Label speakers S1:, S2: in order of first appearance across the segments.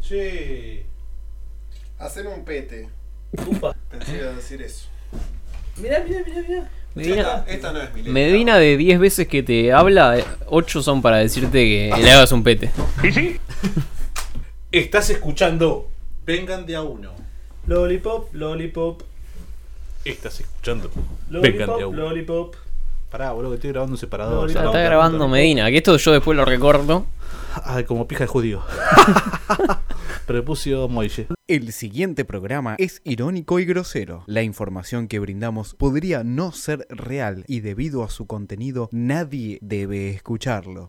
S1: Che.
S2: Haceme Este, un pete.
S1: Ufa.
S2: Pensé que iba a decir eso.
S1: Mirá, mirá, mirá, mirá.
S2: Esta,
S3: Medina,
S2: esta no es mi letra.
S3: Medina de 10 veces que te habla, 8 son para decirte que le hagas un pete.
S4: Estás escuchando.
S1: Vengan de a uno.
S4: Lollipop, lollipop. Estás escuchando. Vengan de a
S5: Lollipop,
S4: uno.
S5: lollipop.
S4: Pará, boludo, que estoy grabando un separador.
S3: O sea, Ah, está grabando Medina, que esto yo después lo recorto.
S4: Ah, como pija de judío. Prepucio Moille.
S6: El siguiente programa es irónico y grosero. La información que brindamos podría no ser real y debido a su contenido nadie debe escucharlo.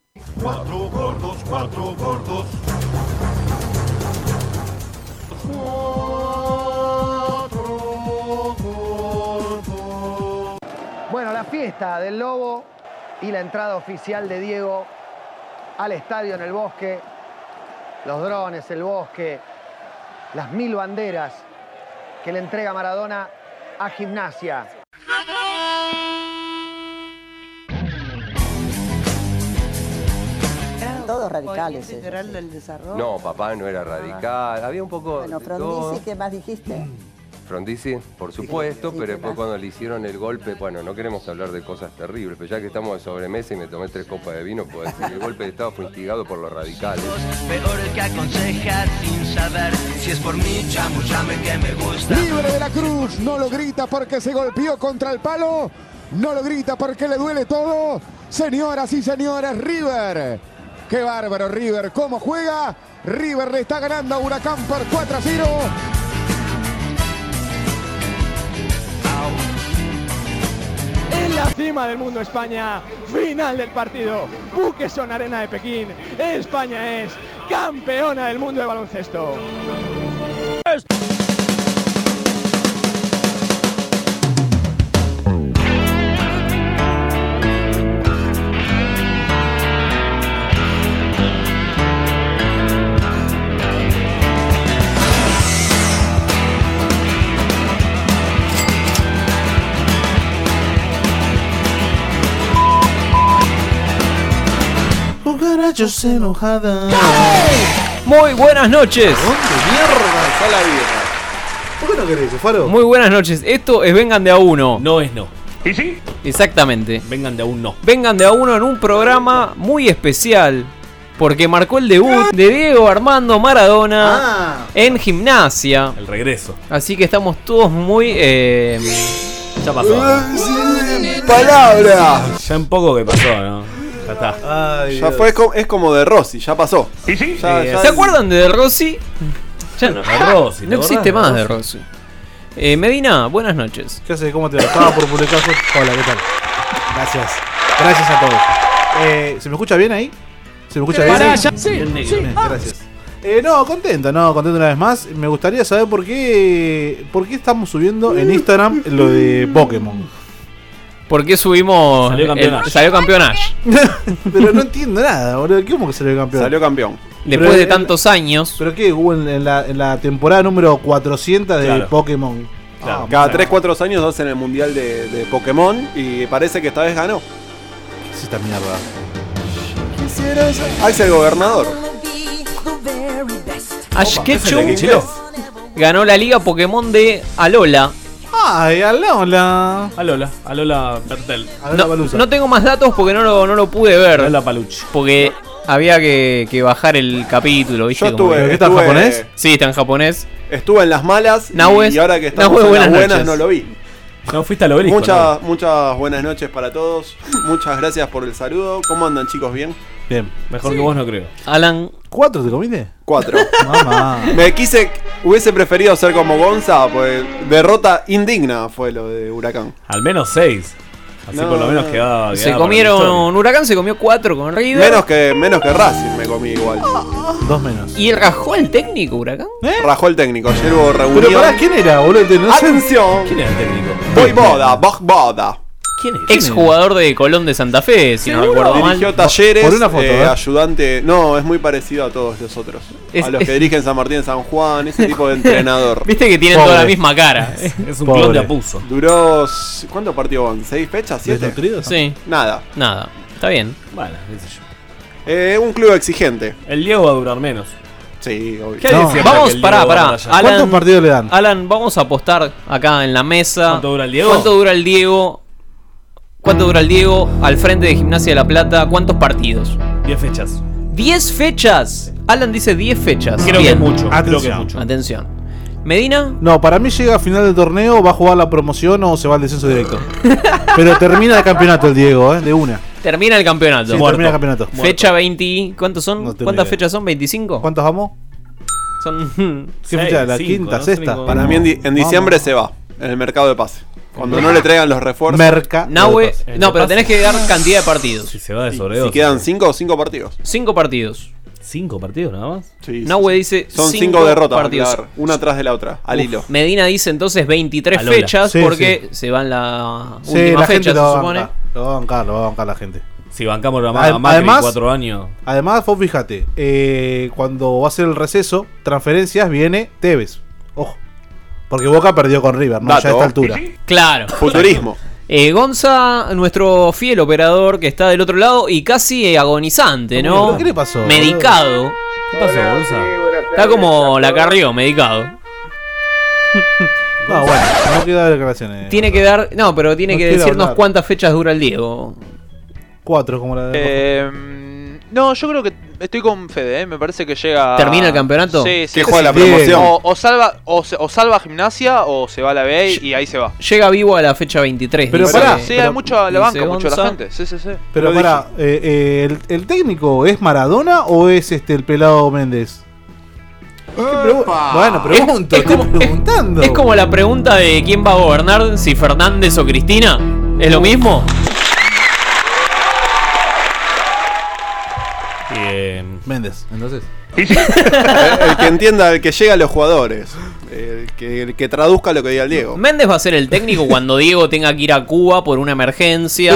S7: Bueno, la fiesta del Lobo y la entrada oficial de Diego al estadio en el bosque. Los drones, el bosque, las mil banderas que le entrega Maradona a Gimnasia.
S8: Todos radicales. Federal del Desarrollo.
S9: No, papá no era radical, había un poco
S8: Ah. Bueno,
S9: de
S8: Frondizi,
S9: todo.
S8: ¿qué más dijiste?
S9: Frondizi, por supuesto,
S8: sí, ¿qué
S9: pero después
S8: más?
S9: cuando le hicieron el golpe, bueno, no queremos hablar de cosas terribles, pero ya que estamos de sobremesa y me tomé tres copas de vino, puedo decir que el golpe de Estado fue instigado por los radicales.
S10: Peor que aconsejar sin saber si es por mí, chamullame que me gusta.
S11: Libre de la cruz, no lo grita porque se golpeó contra el palo, no lo grita porque le duele todo. Señoras y señores, River. Qué bárbaro River, cómo juega. River le está ganando a Huracán por 4 a 0.
S12: En la cima del mundo España, final del partido, Buqueson Arena de Pekín, España es campeona del mundo de baloncesto.
S4: Cucarachos enojada.
S3: Muy buenas noches.
S2: la vida.
S4: ¿Por qué no querés, Faro?
S3: Muy buenas noches. Esto es Vengan de a uno.
S5: No es no. ¿Y sí?
S3: Exactamente.
S5: Vengan de a un no.
S3: Vengan de a uno en un programa muy especial. Porque marcó el debut de Diego Armando Maradona en gimnasia.
S5: El regreso.
S3: Así que estamos todos muy... eh,
S5: Ya
S13: Ah.
S5: pasó.
S2: Palabra.
S5: Ya un poco que pasó, ¿no? Ya está.
S4: Ay,
S2: Ya
S4: Dios.
S2: fue, es como, es como de Rossi, ya pasó.
S5: ¿Y sí?
S2: Ya- Ah, ya-
S3: Eh, ¿Se acuerdan de De Rossi? Ya no,
S5: Rossi, ¿te
S3: no existe
S5: acordás
S3: más
S5: de
S3: De Rossi. Eh, Medina, buenas noches.
S4: ¿Qué haces? ¿Cómo te va? Estaba por publicar foto- Hola, ¿qué tal? Gracias. Gracias a todos. Eh, ¿Se me escucha bien ahí? ¿Se me escucha bien?
S12: Pará, ya- sí,
S4: Bien,
S12: sí.
S4: bien, gracias. Eh, no, contento, no, contento una vez más. Me gustaría saber por qué, por qué estamos subiendo en Instagram lo de Pokémon.
S3: ¿Por qué subimos...
S5: Salió campeón Ash.
S3: salió campeón Ash.
S4: Pero no entiendo nada, boludo. ¿Cómo que salió campeón?
S2: Salió campeón.
S3: Después
S4: Pero,
S3: de
S4: eh,
S3: tantos años...
S4: ¿Pero qué? Hubo en, en la, en la temporada número 400 de
S5: Claro.
S4: Pokémon.
S5: Claro.
S4: Ah,
S2: Cada 3, 4 años hacen el mundial de, de Pokémon y parece que esta vez ganó.
S4: ¿qué es esta mierda?
S2: Ahí es el gobernador.
S3: Ash Ketchum
S2: ¿Quién es?
S3: ganó la Liga Pokémon de Alola.
S4: ¡Ay, Alola!
S5: Alola, Alola Bertel.
S4: Alola
S3: No,
S4: Baluza.
S3: no tengo más datos porque no lo, no lo pude ver.
S5: Alola Paluch.
S3: Porque había que, que bajar el capítulo, ¿viste?
S2: Yo
S3: Como
S2: estuve,
S3: que-
S4: ¿Qué tal,
S2: estuve-
S4: japonés?
S3: Sí, está en japonés.
S2: Estuve en las malas
S3: Nahue es-
S2: y ahora que estamos
S3: Nahue,
S2: en las
S3: buenas
S2: buenas
S3: noches.
S2: no lo vi.
S5: No fuiste al obelisco. ¿no?
S2: Muchas, muchas buenas noches para todos. Muchas gracias por el saludo. ¿Cómo andan chicos? ¿Bien?
S4: Bien.
S5: Mejor que vos no creo.
S3: Alan,
S4: ¿Cuatro te comiste?
S2: Cuatro.
S4: Mamá.
S2: Me quise, hubiese preferido ser como Gonza, pues derrota indigna fue lo de Huracán.
S5: Al menos seis. Así
S2: No,
S5: por lo menos
S2: no.
S5: quedaba.
S3: se
S5: quedaba para la
S3: comieron
S5: historia.
S3: un huracán, se comió cuatro con River.
S2: Menos que, menos que Racing me comí igual.
S4: Dos menos.
S3: Y rajó el técnico, huracán.
S2: ¿Eh? Rajó el técnico, ayer hubo reunión.
S4: Pero pará, ¿quién era, boludo? No sé.
S2: ¡Atención!
S5: ¿Quién era el técnico?
S2: Voy boda, Bog boda.
S5: ¿Quién era?
S3: Ex jugador de Colón de Santa Fe, si no recuerdo
S2: Dirigió
S3: mal.
S2: talleres,
S4: Por una foto,
S2: eh,
S4: eh.
S2: ayudante. No, es muy parecido a todos los otros.
S3: Es-
S2: a los que dirigen San Martín, San Juan, ese tipo de entrenador.
S3: Viste que tienen toda la
S4: Pobre.
S3: misma cara.
S5: Es un
S4: Pobre.
S5: clon de Apuso.
S2: Duró. s- ¿Cuántos partidos van? ¿Seis fechas? ¿Siete?
S4: ¿Desnutridos?
S3: sí,
S2: Nada.
S3: nada. Está bien.
S5: Bueno, qué sé yo.
S2: Eh, un club exigente.
S5: El Diego va a durar menos.
S2: Sí, obvio.
S3: ¿Qué dice? Vamos, pará, pará. Alan-
S4: ¿Cuántos partidos le dan?
S3: Alan, vamos a apostar acá en la mesa. ¿Cuánto dura el
S5: Diego?
S3: ¿Cuánto dura el Diego? ¿Cuánto dura el Diego al frente de Gimnasia de la Plata? ¿Cuántos partidos?
S5: 10 fechas.
S3: 10 fechas. Alan dice 10 fechas.
S5: Creo que es mucho, creo que
S4: es
S3: mucho. Atención. Medina.
S4: No, para mí llega a final del torneo, va a jugar la promoción o se va al descenso directo. Pero termina el campeonato el Diego, ¿eh? De una.
S3: Termina el campeonato.
S4: Sí, Muerto. termina el campeonato.
S3: Fecha 20. ¿Cuántos son?
S4: tengo
S3: ¿Cuántas
S4: idea.
S3: fechas son? ¿25?
S4: ¿Cuántas vamos?
S3: Son.
S4: ¿Qué fecha? ¿La quinta, sexta?
S2: Para mí en, di- en diciembre se va, en el mercado de pase. Cuando no le traigan los refuerzos.
S4: Merca.
S3: Nahue. No, pero tenés que dar cantidad de partidos.
S5: Si se va de
S2: Si
S5: sobredosis.
S2: quedan 5 o 5 partidos.
S3: 5 partidos.
S5: ¿Cinco partidos nada más?
S2: Sí,
S3: Nahue dice.
S2: Son 5
S3: cinco
S2: derrotas, va a
S3: partidos.
S2: quedar, una atrás de la otra, al
S3: Uf.
S2: hilo.
S3: Medina dice entonces 23
S2: Alola.
S3: fechas
S2: Sí,
S3: porque se van la
S4: Sí,
S3: última
S4: la
S3: fecha,
S4: gente
S3: se
S4: lo va, a
S3: supone.
S4: bancar, lo va a bancar, lo va a bancar la gente.
S5: Si bancamos la mano
S4: Adem-
S5: Macri
S4: además-
S5: 4 años.
S4: Además, vos fíjate, eh, cuando va a ser el receso, transferencias viene Tevez. Ojo. Porque Boca perdió con River, ¿no?
S3: Dato.
S4: Ya a esta altura.
S3: Claro.
S2: Futurismo.
S3: Eh, Gonza, nuestro fiel operador que está del otro lado y casi eh, agonizante, ¿no?
S4: ¿Qué le pasó?
S3: Medicado.
S5: ¿Qué pasó, Gonza?
S3: Está como la carrió, medicado.
S4: No, Ah, bueno, no quiero dar declaraciones.
S3: Tiene que dar. No, pero tiene
S4: No
S3: que
S4: quiero
S3: decirnos
S4: hablar.
S3: cuántas fechas dura el Diego.
S4: Cuatro, como la de.
S14: Eh, no, yo creo que estoy con Fede, ¿eh? me parece que llega.
S3: ¿Termina el campeonato?
S14: Sí, sí.
S2: Que
S14: sí,
S2: juega la
S14: sí.
S2: promoción.
S14: O, o salva, o, se- o salva gimnasia o se va a la B y, y ahí se va.
S3: Llega vivo a la fecha 23.
S4: Pero
S3: dice-
S4: pará.
S14: Sí, hay mucho, la
S3: dice
S14: banca, mucho
S3: Gonza.
S14: la gente. Sí, sí, sí.
S4: Pero para, ¿el, el técnico es Maradona o es este el pelado Méndez? ¿Qué pregu- Ah. Bueno,
S3: Es-
S4: pregunto,
S3: es
S4: estoy
S3: como-
S4: preguntando.
S3: Es como la pregunta de quién va a gobernar, si Fernández o Cristina. ¿Es lo mismo?
S5: eh,
S4: Méndez, entonces.
S2: el, el que entienda, el que llega a los jugadores. El que, el que traduzca lo que diga el Diego.
S3: Méndez va a ser el técnico cuando Diego tenga que ir a Cuba por una emergencia.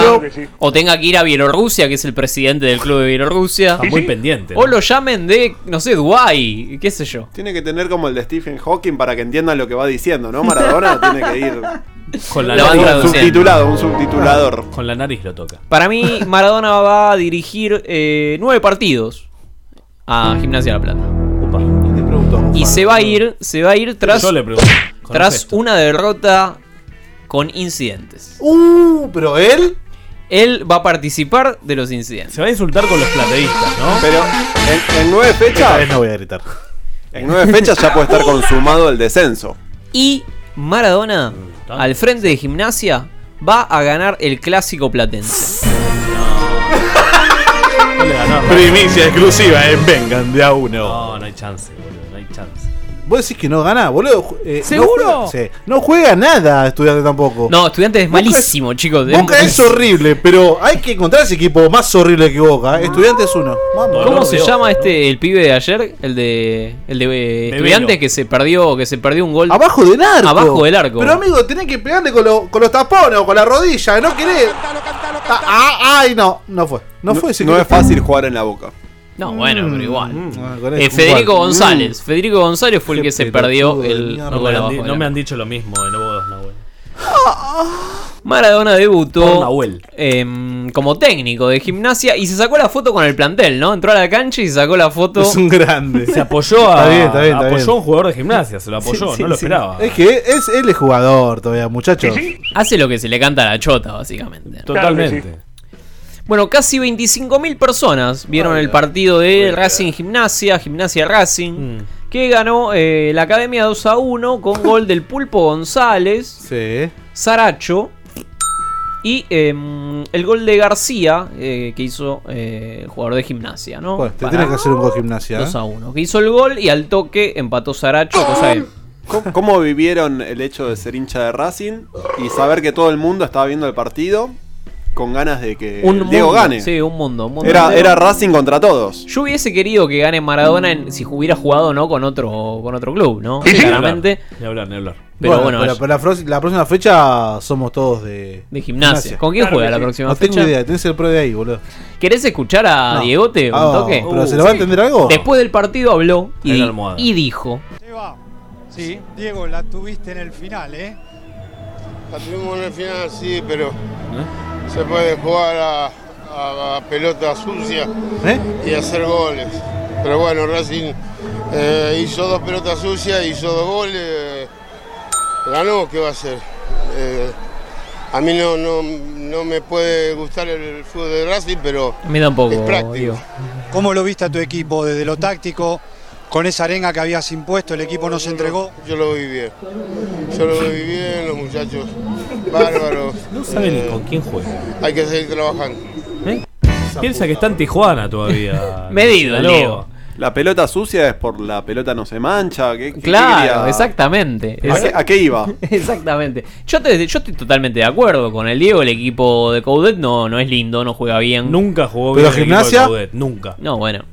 S3: o tenga que ir a Bielorrusia, que es el presidente del club de Bielorrusia.
S5: Está muy pendiente.
S3: O lo llamen de, no sé, Dubái, qué sé yo.
S2: Tiene que tener como el de Stephen Hawking para que entiendan lo que va diciendo, ¿no? Maradona tiene que ir
S5: Con la
S2: Lo van
S5: nariz.
S2: traduciendo. Subtitulado, un subtitulador.
S5: Con la nariz lo toca.
S3: Para mí, Maradona va a dirigir eh, nueve partidos a Gimnasia de la Plata. Y se va a ir, se va a ir tras,
S5: Yo le pregunto, con
S3: tras
S5: afecto.
S3: una derrota con incidentes.
S4: Uh, pero él.
S3: Él va a participar de los incidentes.
S5: Se va a insultar con los plateístas, ¿no?
S2: Pero en, en nueve
S4: Esta
S2: fechas.
S4: vez no voy a gritar.
S2: En nueve fechas ya puede estar consumado el descenso.
S3: Y Maradona,
S5: Mm,
S3: al frente de Gimnasia, va a ganar el clásico platense.
S4: Primicia exclusiva en Vengan de a uno.
S5: No, no hay chance, boludo. No hay chance.
S4: Vos decís que no gana, boludo. Ju- eh, no
S5: ¿Seguro?
S4: juega- sí. No juega nada estudiante tampoco.
S3: No, estudiantes es malísimo, chicos. es
S4: Boca es
S3: malísimo.
S4: horrible, pero hay que encontrar ese equipo más horrible que Boca. eh. Estudiante es uno. Vamos.
S3: ¿Cómo se llama este el pibe de ayer? El de. El de, eh, estudiantes que se perdió, que se perdió un gol.
S4: Abajo del arco.
S3: Abajo del arco.
S4: Pero amigo, tenés que pegarle con, lo- con los tapones o con la rodilla, no querés. Ah, ah, ay, no, no fue. No, fue ese
S2: No
S4: que-
S2: es fácil jugar en la boca.
S3: No, bueno, pero igual.
S5: Mm, ah,
S4: con
S3: Eh,
S4: el-
S3: Federico
S4: igual.
S3: González. Federico González fue el
S5: Qué
S3: que se
S5: pelotudo
S3: perdió
S5: de
S3: el
S5: mierda.
S3: gol
S5: No, me han,
S3: abajo
S5: di-
S3: del
S5: no me
S3: arco.
S5: han dicho lo mismo de nuevo, Nahuel.
S3: Maradona
S5: Por
S3: debutó
S5: Nahuel.
S3: em, como técnico de gimnasia y se sacó la foto con el plantel, ¿no? Entró a la cancha y se sacó la foto.
S4: Es un grande.
S5: Se apoyó a,
S4: Está bien, está bien, está
S5: apoyó
S4: bien.
S5: a un jugador de gimnasia, se lo apoyó,
S4: Sí, sí,
S5: no lo
S4: sí.
S5: esperaba.
S4: Es que es, él es jugador todavía, muchachos.
S3: Hace lo que se le canta a la chota, básicamente.
S5: Totalmente.
S3: Bueno, casi 25.000 personas vieron el partido de Racing Gimnasia, Gimnasia Racing,
S4: Mm.
S3: que ganó eh, la Academia 2 a 1 con gol del Pulpo González, Saracho y em, el gol de García eh, que hizo eh, el jugador de Gimnasia, ¿no?
S4: Bueno, te
S3: Para-
S4: tiene que hacer ¿eh? un gol gimnasia.
S3: 2 a 1. Que hizo el gol y al toque empató Saracho, cosa que-
S2: ¿Cómo, cómo vivieron el hecho de ser hincha de Racing y saber que todo el mundo estaba viendo el partido con ganas de que
S3: Un
S2: Eh, Diego
S3: mundo,
S2: gane?
S3: Sí, un mundo. un mundo
S2: Era,
S3: entero.
S2: era Racing contra todos.
S3: Yo hubiese querido que gane Maradona en- si hubiera jugado o no con otro, con otro club, ¿no? Claramente.
S5: Ni hablar, ni hablar.
S3: Pero bueno,
S4: pero, pero la, fro- la próxima fecha somos todos de,
S3: De gimnasia. ¿Con quién juega la
S4: que sí.
S3: próxima
S4: no
S3: fecha?
S4: tengo idea, tenés el pro de ahí, boludo.
S3: ¿querés escuchar a
S4: No.
S3: Diegote un
S4: Ah,
S3: toque?
S4: ¿pero se lo va a entender algo?
S3: Después del partido habló y,
S4: En la
S3: di-
S4: almohada.
S3: y dijo:
S15: Sí, Diego, la tuviste en el final, ¿eh?
S13: La tuvimos en el final, sí, pero se puede jugar a,
S5: ¿Eh?
S13: a- a pelota sucia y hacer goles. Pero bueno, Racing Eh, hizo dos pelotas sucias, hizo dos goles. eh, Ganó, ¿qué va a hacer? Eh, a mí no, no, no me puede gustar el fútbol de Racing, pero
S3: A mí tampoco,
S13: es práctico.
S3: digo.
S15: ¿Cómo lo viste a tu equipo desde lo táctico? Con esa arenga que habías impuesto, el equipo no se entregó.
S13: Yo lo vi bien. Yo lo vi bien, los muchachos bárbaros. Eh,
S5: No saben ni con quién juega.
S13: Hay que seguir trabajando.
S5: Piensa que está en Tijuana todavía.
S3: Medido,
S5: Aló.
S3: Leo.
S2: La pelota sucia es por la pelota no se mancha. ¿qué- qué
S3: Claro,
S2: quería?
S3: exactamente.
S2: ¿A qué- a qué iba?
S3: exactamente. Yo, te- yo estoy totalmente de acuerdo con el Diego. El equipo de Coudet no, no es lindo, no juega bien.
S5: Nunca jugó
S4: Pero bien el Gimnasia- equipo de
S5: nunca.
S3: No, bueno.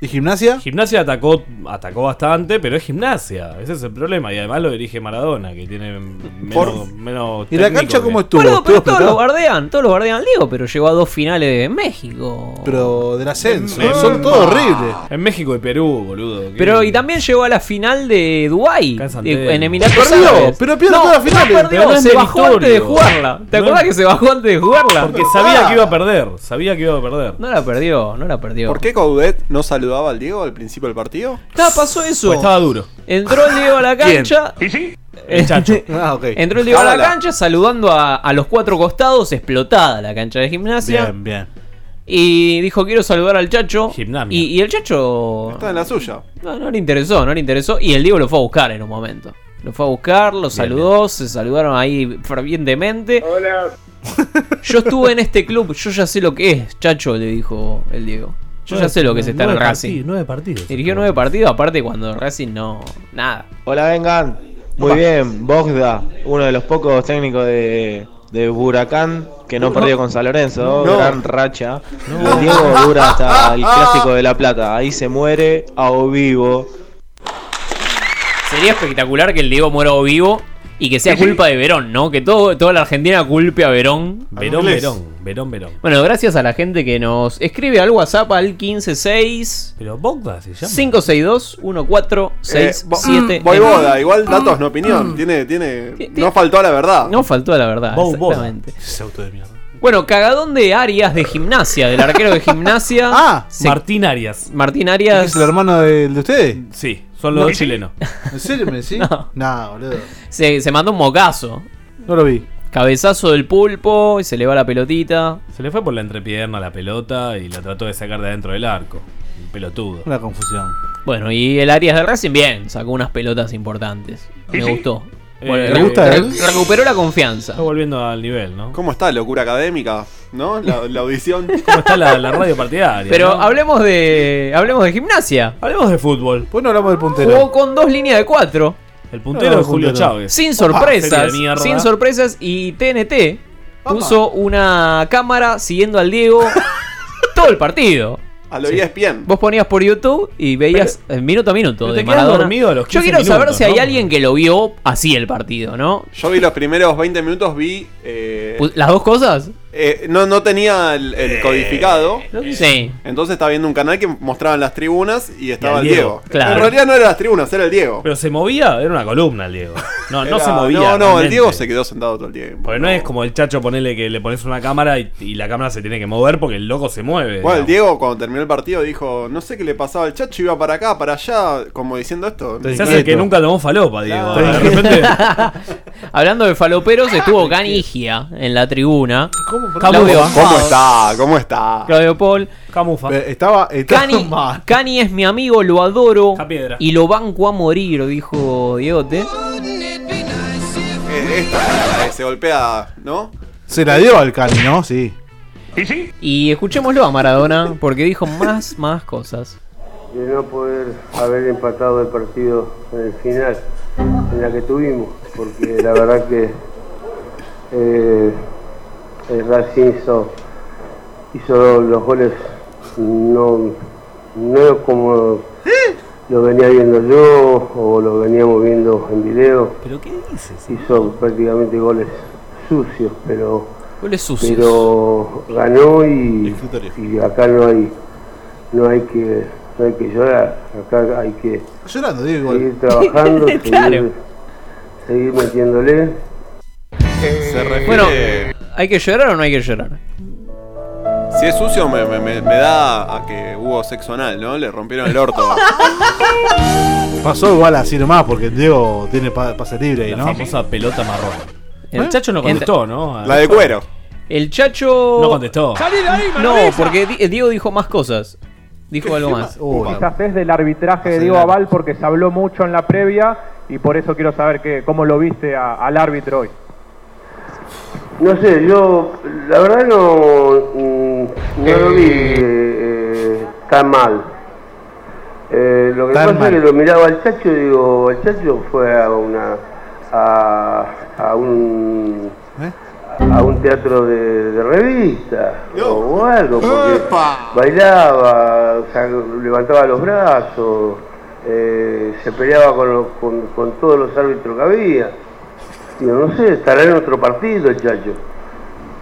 S4: ¿Y gimnasia?
S5: Gimnasia atacó, atacó bastante, pero es gimnasia. Ese es el problema. Y además lo dirige Maradona, que tiene menos.
S4: Por-
S5: menos
S4: ¿Y la
S5: técnico
S4: cancha
S5: que-
S4: cómo estuvo?
S3: Bueno, pero
S4: ¿Estuvo
S3: todos
S4: explotada?
S3: lo bardean, todos lo bardean al Diego, pero llegó a dos finales Ah. en México.
S4: Pero del ascenso.
S5: En-
S4: Son todos horribles.
S5: En México y Perú, boludo. ¿qué?
S3: Pero y también llegó a la final de Dubái, de- en Emiratos
S5: Perdió,
S3: Árabes.
S5: pero pierde todas las finales.
S3: No perdió,
S5: Pero no es
S3: se bajó antes de
S5: meritorio.
S3: jugarla. ¿Te
S5: No
S3: acordás
S5: es-
S3: que se bajó antes de jugarla?
S5: Porque sabía que iba a perder. Sabía que iba a perder.
S3: No la perdió, no la perdió.
S2: ¿Por qué Coudet no saludaba al Diego al principio del partido?
S3: Ah, pasó eso.
S2: Pues estaba
S5: duro.
S3: Entró el Diego a la
S2: ¿Quién?
S3: cancha.
S2: El Chacho.
S4: Ah, ok.
S3: Entró el Diego a la
S2: Cábala.
S3: cancha saludando a, a los cuatro costados, explotada la cancha de gimnasia.
S4: Bien, bien.
S3: Y dijo, quiero saludar al Chacho. Y, y el Chacho...
S2: Está en la suya.
S3: No, no le interesó, no le interesó. Y el Diego lo fue a buscar en un momento. Lo fue a buscar, lo saludó, se saludaron ahí fervientemente. Hola. Yo estuve en este club, yo ya sé lo que es, Chacho, le dijo el Diego. Yo ya sé lo que es estar en Racing.
S5: Nueve partidos.
S3: Dirigió nueve partidos, aparte cuando Racing no. Nada.
S16: Hola, vengan. Muy bien, Bogda, uno de los pocos técnicos de, de Huracán que no perdió con San Lorenzo,
S3: No.
S16: gran racha. El Diego dura hasta el clásico de La Plata, ahí se muere a o vivo.
S3: Sería espectacular que el Diego muera o vivo y que sea culpa de Verón, ¿no? Que todo, toda la Argentina culpe a Verón.
S5: Verón, Verón, Verón, Verón.
S3: Bueno, gracias a la gente que nos escribe al WhatsApp al 156
S5: Pero Bogda se llama.
S3: 562
S2: Eh, bo-
S3: 1467.
S2: voy boda, igual datos, no
S3: Mm.
S2: opinión. Tiene, tiene, no faltó a la verdad.
S3: No faltó a la verdad.
S2: Bou Boda.
S3: exactamente. Bueno, cagadón de Arias de gimnasia, del arquero de gimnasia. ah,
S5: Martín Arias.
S3: Martín
S4: ¿Es
S3: Arias.
S4: el hermano de, de ustedes?
S5: Sí, son los
S3: No.
S5: dos chilenos.
S4: ¿En serio me decís?
S3: No.
S4: boludo.
S3: Se, se mandó un mocazo.
S4: No lo vi.
S3: Cabezazo del pulpo y se le va la pelotita.
S5: Se le fue por la entrepierna la pelota y la trató de sacar de adentro del arco. Un pelotudo.
S4: Una confusión.
S3: Bueno, y el Arias de Racing, bien, sacó unas pelotas importantes. Me gustó.
S5: Eh,
S3: Bueno,
S5: ¿te
S3: recu-
S5: gusta
S3: re-
S5: él?
S3: recuperó la confianza.
S5: Está volviendo al nivel, ¿no?
S2: ¿Cómo está? Locura académica, ¿no? La, la audición.
S5: ¿Cómo está la, la radio partidaria?
S3: Pero
S5: ¿no?
S3: hablemos de hablemos de gimnasia.
S5: Hablemos de fútbol.
S4: Pues no hablamos del
S3: Jugó con dos líneas de cuatro.
S5: El puntero de Julio Chávez.
S3: Sin
S5: Serie
S3: sorpresas.
S5: de mierda.
S3: Sin sorpresas. Y TNT puso una cámara siguiendo al Diego todo el partido.
S2: A lo E ESPN.
S3: Vos ponías por YouTube y veías eh, minuto a minuto
S2: Pero
S3: de
S2: te quedás
S3: Maradona.
S2: dormido a los
S3: Yo
S2: 15
S3: quiero saber
S2: minutos,
S3: si hay
S2: ¿no?
S3: alguien que lo vio así el partido, ¿no?
S2: Yo vi los primeros 20 minutos, vi. eh,
S3: Pu- ¿Las dos cosas?
S2: eh, no, no tenía el, el
S5: Eh,
S2: codificado.
S3: Sí.
S2: Entonces estaba viendo un canal que mostraban las tribunas y estaba
S5: al
S2: el
S5: Diego.
S2: Diego.
S5: Claro.
S2: En realidad no eran las tribunas, era el Diego.
S5: Pero se movía, era una columna el Diego. No, no
S2: Era-
S5: se movía.
S2: No, no, el
S5: realmente.
S2: Diego se quedó sentado todo el tiempo.
S5: Porque no es como el chacho ponerle que le pones una cámara y, y la cámara se tiene que mover porque el loco se mueve.
S2: Bueno, el
S5: Eh, ¿no?
S2: Diego cuando terminó el partido dijo, no sé qué le pasaba al chacho, iba para acá, para allá, como diciendo esto.
S5: Se hace que nunca tomó falopa, Diego. De repente
S3: Hablando de faloperos, estuvo Canigia en la tribuna.
S4: ¿Cómo?
S3: Claudio
S2: ¿Cómo
S3: Fados.
S2: está? ¿Cómo está?
S3: Claudio Paul.
S5: Camufa.
S4: Eh, Estaba. estaba
S3: Cani,
S4: mal.
S3: Cani es mi amigo, lo adoro
S5: piedra.
S3: y lo banco a morir, dijo Diegote.
S2: Eh, esta, eh, se golpea, ¿no?
S4: Se la dio al Cani, ¿no? Sí.
S3: Y escuchémoslo a Maradona, porque dijo más, más cosas.
S17: de no poder haber empatado el partido en el final, en la que tuvimos, porque la verdad que eh, el Racing hizo, hizo los goles no, no como lo venía viendo yo o lo veníamos viendo en video.
S5: ¿Pero qué dices?
S17: Hizo prácticamente goles sucios, pero
S3: Goles sucios.
S17: pero ganó y, y acá no hay no hay que no hay que llorar, acá hay que
S4: Llorando, digo.
S17: seguir trabajando,
S3: Claro.
S17: seguir, seguir metiéndole.
S2: Se refiere...
S3: Bueno, ¿hay que llorar o no hay que llorar?
S2: Si es sucio, me, me- me- me da a que hubo sexo anal, ¿no? Le rompieron el orto.
S4: Pasó igual así nomás, porque Diego tiene pa- pase libre ahí,
S5: La
S4: ¿no?
S5: famosa pelota marrón. El
S4: ¿Eh?
S5: Chacho no contestó, ¿no?
S4: La de cuero.
S3: El Chacho.
S5: No contestó.
S3: ¡Salí de ahí, No, porque Di- Diego dijo más cosas. Dijo algo más.
S18: Quizás es del arbitraje de Diego Aval porque se habló mucho en la previa y por eso quiero saber que, cómo lo viste a- al árbitro hoy.
S17: No sé, yo la verdad no, mm, no lo vi eh, tan mal. Eh, lo que
S4: Tan
S17: pasa
S4: mal.
S17: es que lo miraba al chacho y digo, el chacho fue a una a, a un
S4: ¿Eh?
S17: a un teatro de, de revista o algo, porque bailaba, o sea, levantaba los brazos, eh, se peleaba con, los- con, con todos los árbitros que había. Digo, no sé, estará en otro partido el chacho.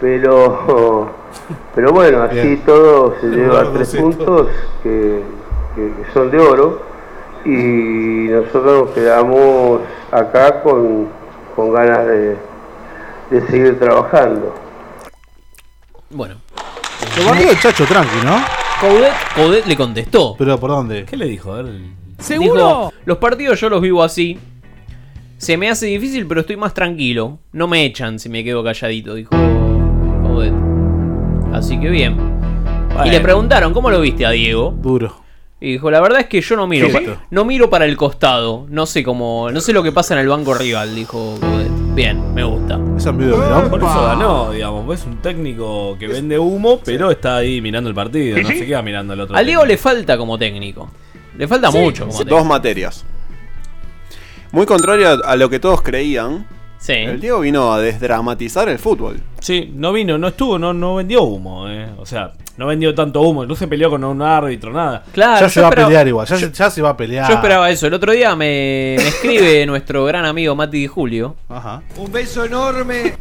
S17: Pero, pero bueno, así
S11: Bien.
S17: todo se
S11: El
S17: lleva
S11: gordo
S17: tres
S11: Zito.
S17: puntos que, que- que son de oro y nosotros nos quedamos acá con, con ganas de, de seguir trabajando.
S3: Bueno.
S4: Lo barrió el chacho tranqui, ¿no?
S3: Coudet, Coudet le contestó.
S4: ¿Pero por dónde?
S5: ¿Qué le dijo? él?
S3: Dijo, los partidos yo los vivo así. Se me hace difícil, pero estoy más tranquilo. No me echan si me quedo calladito, dijo Coudet. Así que bien. Y le preguntaron, ¿cómo lo viste a Diego?
S4: Duro.
S3: Y dijo, la verdad es que yo no miro,
S4: Quieto.
S3: pa- no miro para el costado. No sé cómo, no sé lo que pasa en el banco rival, dijo Coudet. Bien, me gusta.
S4: Esa
S5: Por eso ganó, digamos. pues Es un técnico que vende humo, pero está ahí mirando el partido.
S3: Sí,
S5: No
S3: sí.
S5: se queda mirando el otro.
S3: Al Diego le falta como técnico. Le falta
S2: Sí,
S3: mucho como
S2: sí.
S3: técnico.
S2: Dos materias. Muy contrario a a lo que todos creían, el Diego vino a desdramatizar el fútbol.
S5: Sí, no vino, no estuvo, no, no vendió humo. eh. O sea, no vendió tanto humo. No se peleó con un árbitro, nada.
S3: Claro,
S4: ya se va a pelear igual, ya, se- ya se va a pelear.
S3: Yo esperaba eso. El otro día me, me escribe nuestro gran amigo Mati Di Julio,
S4: Ajá.
S10: Un beso enorme.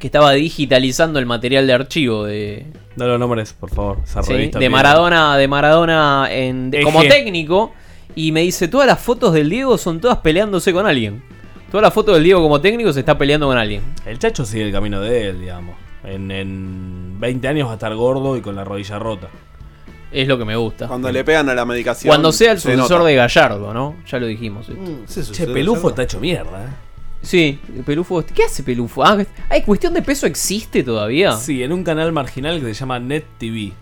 S3: que estaba digitalizando el material de archivo de,
S5: No lo nombres, por favor. esa
S3: sí,
S5: revista
S3: de
S5: piedra.
S3: Maradona, de Maradona en- de- como
S5: Eje.
S3: técnico. Y me dice, todas las fotos del Diego son todas peleándose con alguien. Todas las fotos del Diego como técnico se está peleando con alguien.
S5: El Chacho sigue el camino de él, digamos. En, en 20 años va a estar gordo y con la rodilla rota.
S3: Es lo que me gusta.
S2: Cuando le pegan a la medicación.
S3: Cuando sea el
S2: se
S3: sucesor
S2: nota. Mm,
S3: de Gallardo, ¿no? Ya lo dijimos. esto.
S5: Che, Pelufo está hecho mierda, eh.
S3: Sí, Pelufo. ¿Qué hace Pelufo? Ah, ¿hay cuestión de peso existe todavía?
S5: Sí, en un canal marginal que se llama Net TV.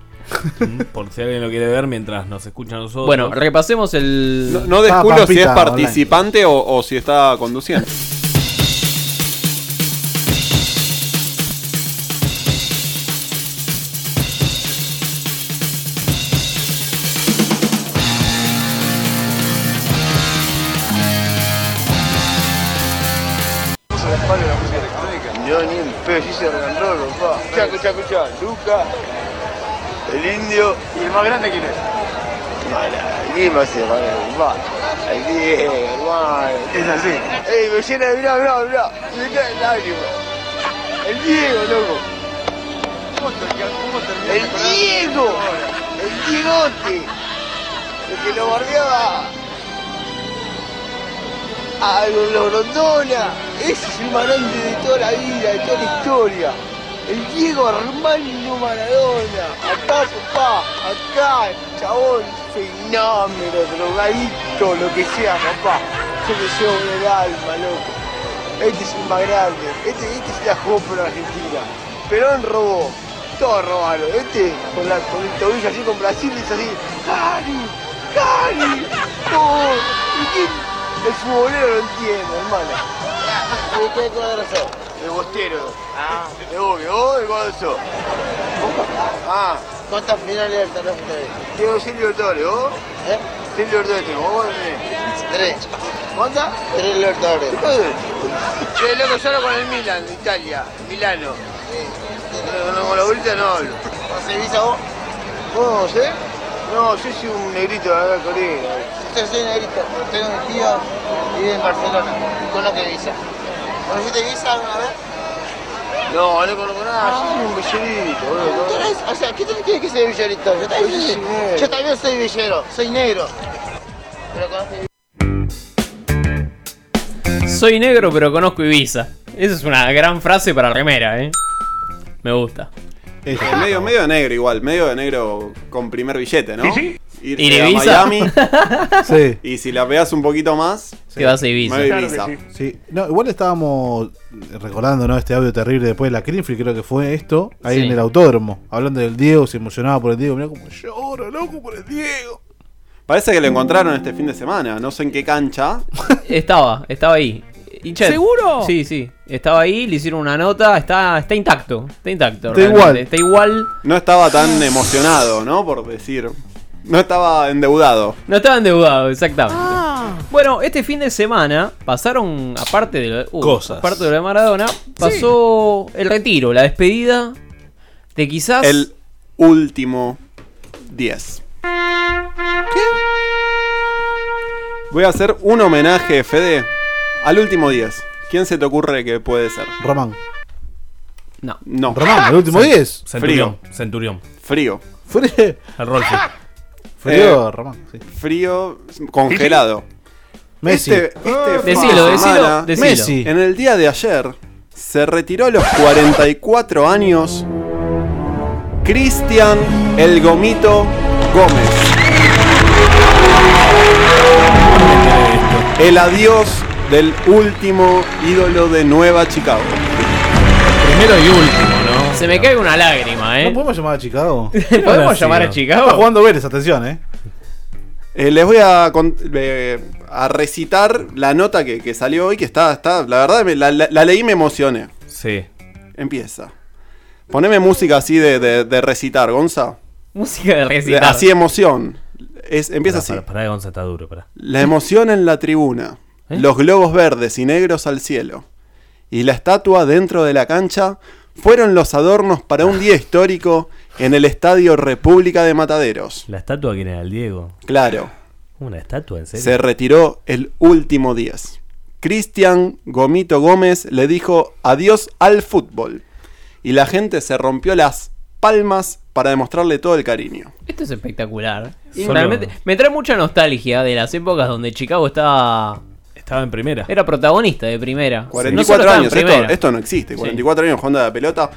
S5: Mm, Por si alguien lo quiere ver mientras nos escucha a nosotros.
S3: Bueno, repasemos el.
S2: No, no desculo si es participante o, o si está conduciendo.
S13: Yo ni en pedo, hice rock and roll, papá. Escuchá, escuchá, escuchá. Luca, el indio. ¿Y el más grande quién es? Para, el más se va papá. El Diego, hermano. Es así. Ey, me llena de mirá, mirá, mirá. Me cae el lágrima. El Diego, loco. El Diego. El Diegote. El que lo bardeaba. a Lorondona. Ese es el Marante de toda la vida, de toda la historia. El Diego Armando Maradona. Acá, papá. Acá, chabón. Fenómeno, drogadicto, lo que sea, papá. Yo me llevo en el alma, loco. Este es el más grande. Este, este se la jugó por Argentina. Perón robó. Todos robaron. Este con, la, con el tobillo así con Brasil es así. ¡Cari! ¡Cari! ¡No! ¿Y quién el futbolero lo entiende, hermano. ¿De qué cuadro sos? De Bostero. Ah. De obvio, ¿vos de cuadro sos? Ah. ¿Cuántas finales del tenés ustedes? Tengo seis libertadores, ¿vos? ¿Eh? Seis libertadores tengo, ¿vos tenés? Tres. ¿Cuántas? Tres libertadores. Che, loco, yo hablo con el Milan, de Italia. Milano. No, no, con la bolita no hablo. ¿Se visa vos? ¿Vos, eh? No, yo soy un negrito de acá, Corina. Yo soy negrito, tengo un tío que vive en Barcelona. ¿Conoce Visa? ¿Conociste Visa alguna vez? No, no conozco nada, yo soy un villerito, boludo. O sea, Ah. ¿qué tiene que ser villerito? Yo también, yo también soy villero, soy negro. Pero conoce
S3: Soy negro pero conozco Ibiza. Esa es una gran frase para remera, ¿eh? Me gusta.
S2: Eh, medio, medio de negro igual, medio de negro con primer billete, ¿no? Irte
S3: ¿Ir
S2: a
S3: Ibiza?
S2: Miami.
S4: Sí.
S2: Y si la pegas un poquito más,
S3: Te vas a Ibiza.
S2: medio
S3: Claro
S2: Ibiza.
S3: que
S4: Sí, no, igual estábamos recordando ¿no? este audio terrible después de la Crinfree, creo que fue esto, ahí
S2: Sí.
S4: en el autódromo, hablando del Diego, se emocionaba por el Diego, mirá cómo yo.
S2: Lloro, loco, por el Diego. Parece que lo encontraron este fin de semana, no sé en qué cancha.
S3: Estaba, estaba ahí. Hincha de-
S19: ¿Seguro?
S3: Sí, sí. Estaba ahí, le hicieron una nota, está, está intacto. Está intacto.
S2: Está
S3: realmente,
S2: igual.
S3: Está igual. Ah.
S2: No estaba tan emocionado, ¿no? Por decir. No estaba endeudado.
S3: No estaba endeudado, exactamente. Bueno, este fin de semana pasaron, aparte de lo, uh,
S2: Cosas.
S3: Aparte de lo de Maradona, pasó el retiro, la despedida de quizás.
S2: El último 10. Voy a hacer un homenaje, Fede, al último 10. ¿Quién se te ocurre que puede ser?
S4: Román.
S3: No.
S2: No.
S4: Román, el último
S2: Cent-
S4: 10.
S2: Frío.
S5: Centurión. Centurión.
S2: Frío.
S4: Fue-
S5: El Rolfi.
S4: Frío, Román, sí.
S2: Eh, Frío congelado.
S4: Messi.
S2: Este,
S3: Ah.
S2: este fin de
S4: Decilo, decilo,
S2: semana,
S4: decilo. Messi.
S2: En el día de ayer se retiró a los 44 años Cristian El Gomito Gómez. El adiós del último ídolo de Nueva Chicago.
S3: Primero y último, ¿no? Se me cae una lágrima, ¿eh?
S4: ¿No podemos llamar a Chicago?
S3: ¿Podemos llamar a Chicago?
S4: Está jugando Vélez, atención, eh.
S2: Eh, les voy a, con- eh, a recitar la nota que, que salió hoy, que está, está la verdad, me- la, la- la leí y me emocioné.
S5: Sí.
S2: Empieza. Poneme música así de, de- de recitar, Gonza.
S3: Música de
S2: De-
S3: recitar.
S2: Así emoción. Es, empieza así.
S5: Pará, pará, Gonza está duro, pará.
S2: La emoción en la tribuna, los globos verdes y negros al cielo y la estatua dentro de la cancha fueron los adornos para un día histórico en el Estadio República de Mataderos.
S5: ¿La estatua quién era? ¿El Diego?
S2: Claro,
S5: ¿Una estatua, en serio?
S2: se retiró el último 10. Cristian Gomito Gómez le dijo adiós al fútbol y la gente se rompió las palmas para demostrarle todo el cariño.
S3: Esto es espectacular.
S5: Solo-
S3: Realmente, me trae mucha nostalgia de las épocas donde Chicago estaba.
S5: Estaba en primera.
S3: Era protagonista de primera. No
S2: 44
S3: solo estaba en
S2: años, esto,
S3: primera.
S2: esto no existe. 44 años jugando a la pelota.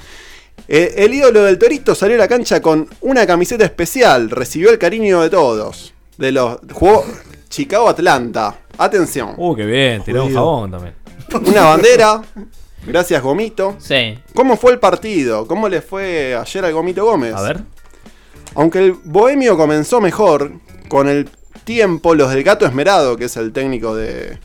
S2: Eh, el ídolo del Torito salió a la cancha con una camiseta especial. Recibió el cariño de todos. De los, jugó Chicago-Atlanta. Atención.
S5: Uh, qué bien, tiró un
S2: Jodido.
S5: jabón también.
S2: Una bandera. Gracias, Gomito.
S3: Sí.
S2: ¿Cómo fue el partido? ¿Cómo le fue ayer al Gomito Gómez? A ver. Aunque el Bohemio comenzó mejor, con el tiempo los del Gato Esmerado, que es el técnico de...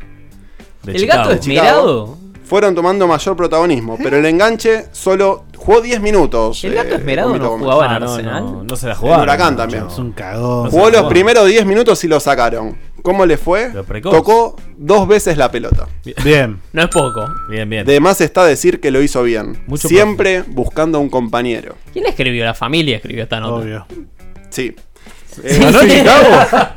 S3: ¿El Chicago. Gato Esmerado?
S2: Fueron tomando mayor protagonismo, pero el enganche solo jugó 10 minutos.
S3: ¿El Gato
S2: eh,
S3: Esmerado
S2: Gomito
S3: no
S2: Gómez.
S3: jugaba en Arsenal?
S5: se la
S2: jugaba. El Huracán también.
S4: Es un cagón.
S2: Jugó los primeros 10 minutos y lo sacaron. ¿Cómo le fue?
S5: precoz.
S2: Tocó dos veces la pelota.
S4: Bien.
S3: No es poco.
S5: Bien, bien.
S2: De más está decir que lo hizo bien.
S3: Mucho
S2: Siempre buscando un compañero.
S3: ¿Quién escribió? La familia escribió esta nota.
S4: Obvio.
S2: Sí. Eh,
S4: ¿Ganó Chicago?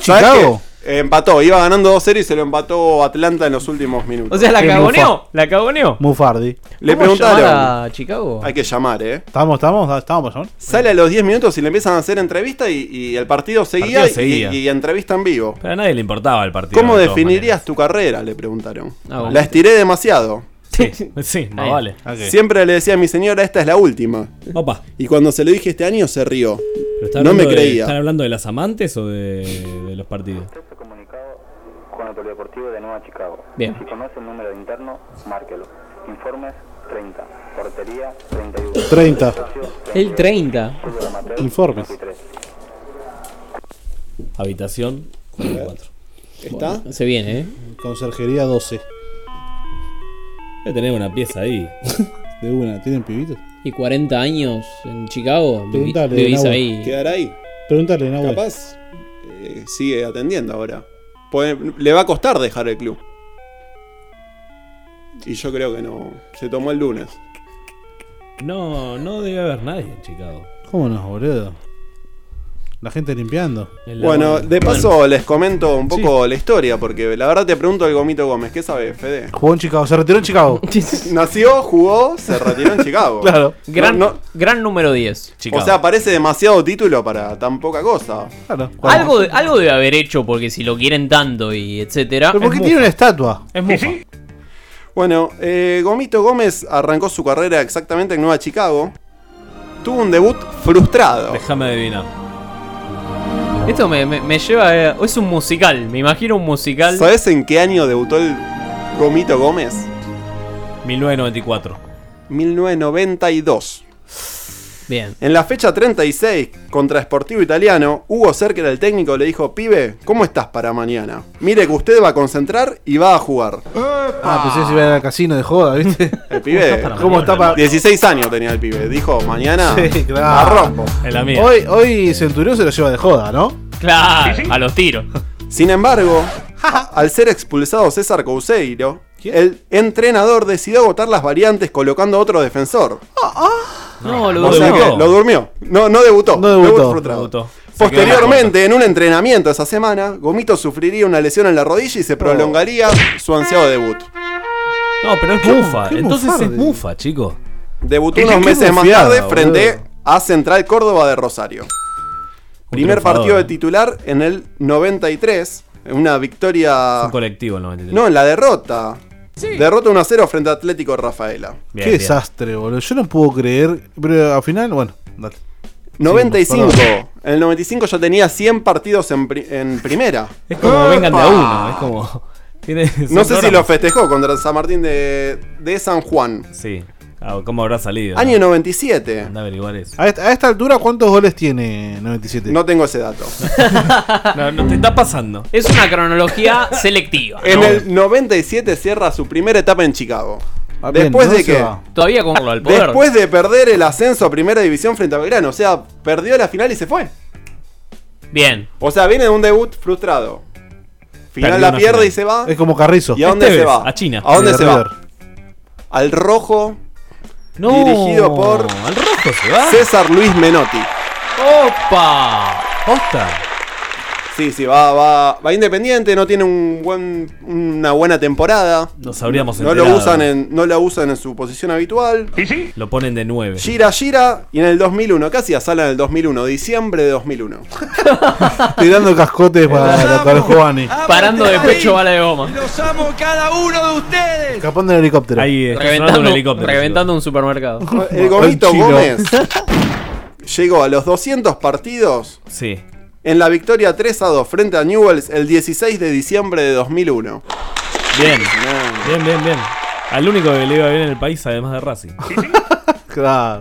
S2: ¿Sabes
S4: Chicago?
S2: qué? Eh, Empató, iba ganando 2-0 y se lo empató Atlanta en los últimos minutos.
S3: O sea, la
S4: Qué
S3: cagoneó.
S4: Eh, mufa.
S3: La cagoneó.
S4: Mufardi.
S2: Le
S3: ¿Podemos
S2: preguntaron.
S3: llamar a Chicago?
S2: Hay que llamar, ¿eh?
S4: ¿Estamos, estamos, Ah, estamos, por favor?
S2: Sale a los 10 minutos y le empiezan a hacer entrevista y, y el partido seguía,
S5: Partido seguía.
S2: Y, y entrevista en vivo.
S5: Pero a nadie le importaba el partido.
S2: ¿Cómo
S5: de todas
S2: definirías tu carrera? Le preguntaron.
S5: Ah, bueno.
S2: La estiré demasiado. Ah,
S5: maneras. Sí, más vale.
S2: Siempre le decía a mi señora, esta es la última.
S5: Opa.
S2: Y cuando se lo dije este año se rió.
S5: Pero
S2: No
S5: está
S2: me
S5: hablando de-
S2: creía.
S5: ¿Están hablando de las amantes o de, de los partidos?
S20: con el Polideportivo de Nueva Chicago.
S5: Bien.
S20: Si conoce el número de interno, márquelo. Informes 30. Portería 31.
S4: 30.
S3: El 30.
S4: Informes.
S5: Habitación 44.
S2: ¿Está?
S3: se viene, ¿eh?
S4: Conserjería 12.
S5: Debe tener una pieza ahí.
S4: De una, ¿tienen pibitos?
S3: ¿Y 40 años en Chicago? Vivi-
S4: Preguntale,
S3: Vivís
S4: Nahue.
S3: ahí.
S2: ¿Quedará ahí?
S4: Pregúntale, Nahuel.
S2: Capaz eh, sigue atendiendo ahora. Puede- le va a costar dejar el club. Y yo creo que no. Se tomó el lunes.
S5: No, no debe haber nadie en Chicago.
S4: ¿Cómo no, boludo? La gente limpiando.
S2: Bueno, de paso les comento un poco la historia, porque la verdad te pregunto al Gomito Gómez, ¿qué sabes, Fede?
S4: Jugó en Chicago, se retiró en Chicago.
S2: Nació, jugó, se retiró en Chicago.
S4: Claro.
S3: Gran,
S2: No, no-
S3: gran número 10.
S2: o sea, parece demasiado título para tan poca cosa.
S4: Claro.
S3: algo, de- algo debe haber hecho porque si lo quieren tanto y etcétera.
S2: Pero
S3: es
S2: porque
S3: mufa.
S2: tiene una
S4: estatua.
S3: Es mufa.
S2: Bueno, eh, Gomito Gómez arrancó su carrera exactamente en Nueva Chicago. tuvo un debut frustrado.
S5: Déjame adivinar.
S3: Esto me, me- me lleva a... Es un musical, me imagino un musical.
S2: ¿Sabes en qué año debutó el Gomito Gómez?
S5: 1994.
S2: 1992.
S3: Bien.
S2: En la fecha 36, contra Sportivo Italiano, Hugo Cerque, era el técnico, le dijo, pibe, ¿cómo estás para mañana? Mire que usted va a concentrar y va a jugar.
S4: Ah, pensé si iban al casino de joda, ¿viste?
S2: El pibe,
S4: ¿Cómo está para.?
S2: 16 años tenía el pibe. Dijo, mañana
S4: Sí, claro.
S2: la rompo.
S4: Hoy, hoy Centurión se lo lleva de joda, ¿no?
S3: Claro, a los tiros.
S2: Sin embargo, a- al ser expulsado César Couseiro, el entrenador decidió agotar las variantes colocando otro defensor.
S3: No,
S2: O sea que lo durmió. No, no debutó.
S4: No debutó.
S2: Debut frustrado.
S4: Se quedó en la
S2: Posteriormente, en un entrenamiento esa semana, Gomito sufriría una lesión en la rodilla y
S4: Oh.
S2: se prolongaría su ansiado debut.
S5: No, pero es Mufa. Entonces es
S2: mufarde.
S5: Mufa, chico.
S2: Debutó
S5: Qué-
S2: unos
S5: qué
S2: meses más
S5: bufiada,
S2: tarde
S5: boludo.
S2: frente a Central Córdoba de Rosario. Primer
S5: triunfador.
S2: partido de titular en el 93, en una victoria...
S5: Un colectivo el 93.
S2: No, en la derrota. Derrota 1-0 frente a Atlético Rafaela.
S4: Qué desastre, boludo. Yo no puedo creer. Pero al final, bueno, dale.
S2: 95.
S4: Sí, perdón.
S2: en el 95 ya tenía 100 partidos en, pri- en primera.
S5: Es como vengan de a uno. Es como. tiene-
S2: No
S5: son
S2: sé si
S5: programas.
S2: lo festejó contra el San Martín de, de San Juan.
S5: Sí. Ah, ¿Cómo habrá salido?
S2: Año 97.
S5: Anda a averiguar eso.
S4: A esta, a esta altura, ¿cuántos goles tiene 97?
S2: No tengo ese dato.
S5: No, no te está pasando.
S3: Es una cronología selectiva.
S2: En el 97 cierra su primera etapa en Chicago.
S3: Ah, bien,
S2: Después de
S3: entonces
S2: que.
S3: va. Todavía con al poder.
S2: Después de perder el ascenso a primera división frente a Belgrano. O sea, perdió la final y se fue.
S3: Bien.
S2: O sea, viene de un debut frustrado. Final
S4: Perdió
S2: la
S4: una
S2: pierde
S4: final.
S2: y se va.
S4: Es como Carrizo.
S2: ¿Y a dónde
S4: Este
S2: se
S4: es,
S2: va?
S4: a China.
S2: ¿A dónde
S4: De
S2: se va?
S4: River.
S2: Al rojo.
S5: No,
S2: dirigido por.
S5: Al rojo se va.
S2: César Luis Menotti.
S5: ¡Opa! ¡Posta!
S2: Sí, sí, va, va, va independiente, no tiene un buen, una buena temporada.
S5: Nos habríamos
S2: no lo
S5: enterado.
S2: usan en, No la usan en su posición habitual.
S5: Lo ponen de 9.
S2: Gira, gira, y en el 2001, casi a sala en el 2001, diciembre de 2001.
S4: Tirando cascotes para, para el Giovanni.
S2: Ah,
S3: Parando de pecho bala de goma.
S10: Los amo cada uno de ustedes.
S4: Escapando del helicóptero.
S5: Ahí
S3: Reventando un, reventando un supermercado.
S2: El Gomito Gómez llegó a los 200 partidos
S5: Sí.
S2: en la victoria 3 a 2 frente a Newells el 16 de diciembre de 2001.
S5: Bien. Bien, bien, bien. Al único que le iba bien en el país, además de Racing.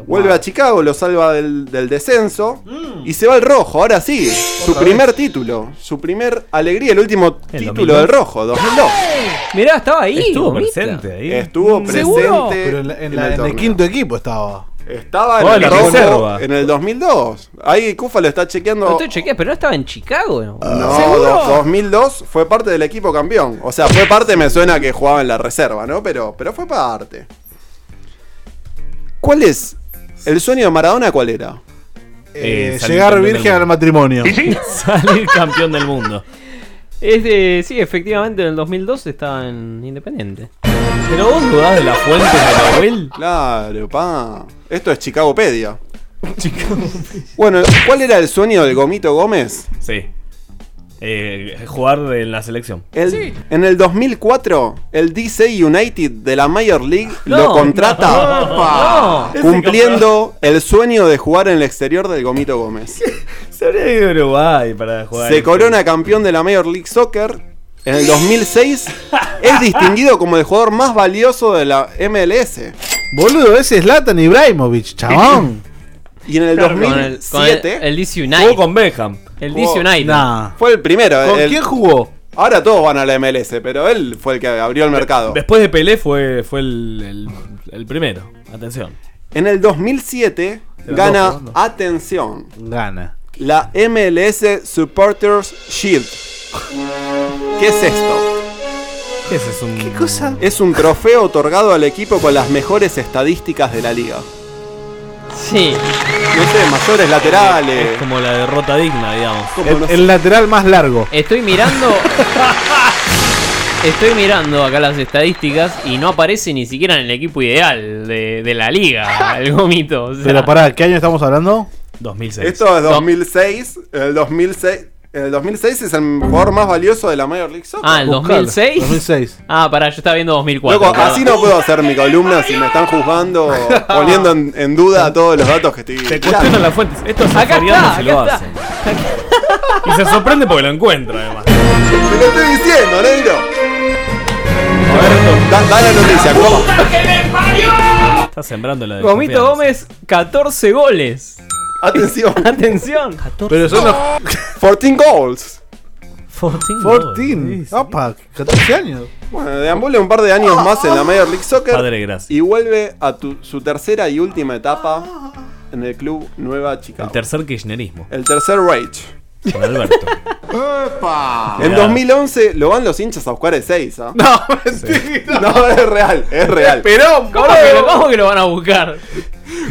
S2: Vuelve a Chicago, lo salva del, del descenso
S3: Mm.
S2: y se va al rojo, ahora sí. Su
S5: Otra
S2: primer título, su primer alegría, el último título
S5: 2002.
S2: del rojo, 2002.
S3: Mirá, estaba ahí. Mm.
S5: Estuvo
S3: Gomita.
S5: presente ahí.
S2: Estuvo
S4: ¿Seguro?
S2: presente
S4: Pero en, la- en la-
S2: el
S4: en el
S2: torneo.
S4: quinto equipo estaba.
S2: Estaba en
S4: Oh, en
S2: el
S4: la
S2: rojo
S4: reserva.
S2: en el 2002. Ahí Cufa lo está chequeando.
S3: No estoy chequeando, pero no estaba en Chicago. No,
S2: No, do- 2002 fue parte del equipo campeón. O sea, fue parte, me suena que jugaba en la reserva, ¿no? Pero, pero fue parte. ¿Cuál es? ¿El sueño de Maradona cuál era?
S4: Eh, llegar virgen al matrimonio.
S5: Salir campeón del mundo.
S3: Es de- sí, efectivamente en el 2002 estaba en Independiente.
S5: Pero vos dudás de la fuente de Nahuel.
S2: Claro, pa. Esto es Chicagopedia. Bueno, ¿cuál era el sueño del Gomito Gómez?
S5: Sí. Eh, jugar en la selección.
S2: El- En el 2004, el DC United de la Major League
S5: No,
S2: lo contrata
S5: no, no. Ese
S2: cumpliendo el sueño de jugar en el exterior del Gomito Gómez.
S5: Se habría ido a Uruguay para jugar.
S2: Se corona campeón de la Major League Soccer. En el 2006 es distinguido como el jugador más valioso de la MLS.
S4: Boludo, ese es Latan Ibrahimovic, chabón.
S2: Y en el
S3: Claro, con el-
S2: 2007
S3: con el- el DC United. Jugó con
S5: Beckham.
S3: El DC United.
S2: Fue el primero.
S3: ¿Con
S2: el-
S3: quién
S4: jugó?
S2: Ahora todos van a la MLS, pero él fue el que abrió el mercado.
S5: Después de Pelé fue, fue el, el- el primero. Atención.
S2: En el 2007
S5: Pero
S2: gana,
S5: no, no.
S2: atención,
S4: Gana.
S2: la MLS Supporters Shield. ¿Qué es esto?
S5: ¿Qué es eso? ¿Qué
S4: cosa?
S2: Es un trofeo otorgado al equipo con las mejores estadísticas de la liga.
S3: Sí.
S2: No sé, mayores laterales.
S5: Es como la derrota digna, digamos.
S4: El, el lateral más largo.
S3: Estoy mirando. Estoy mirando acá las estadísticas y no aparece ni siquiera en el equipo ideal de, de la liga, el gomito.
S2: Ah.
S3: o sea.
S4: Pero pará, ¿qué año estamos hablando?
S5: 2006.
S2: Esto es 2006. En el 2006. En el 2006 es el jugador más valioso de la Major League Soccer.
S3: Ah, ¿el 2006? 2006. Ah, pará, yo estaba viendo 2004.
S2: Loco,
S3: perdón.
S2: así no puedo hacer mi columna si me están juzgando, poniendo en, en duda todos los datos que estoy.
S5: Te cuestionan las fuentes. Estos
S2: Acá
S5: safarianos
S2: está,
S5: se lo
S2: acá
S5: hacen. Y se sorprende porque lo encuentra, además.
S2: Te lo estoy diciendo, negro. Da, da la noticia, ¿cómo?
S5: Está sembrando la
S3: Gomito Gómez, 14 goles.
S2: Atención.
S3: Atención.
S2: Pero son los- 14 goals.
S5: 14.
S2: 14. Opa, 14 años. Bueno, deambula un par de años más en la Major League Soccer.
S5: Padre, gracias.
S2: Y vuelve a tu- su tercera y última etapa en el club Nueva Chicago.
S5: El tercer kirchnerismo.
S2: El tercer Rage.
S5: Con Alberto.
S2: ¡Epa! En
S5: Mirá.
S2: 2011 lo van los hinchas a buscar de 6, ¿ah? No, mentira. No, es real, es real.
S3: Esperón, ¿Cómo que, lo- cómo que lo van a buscar?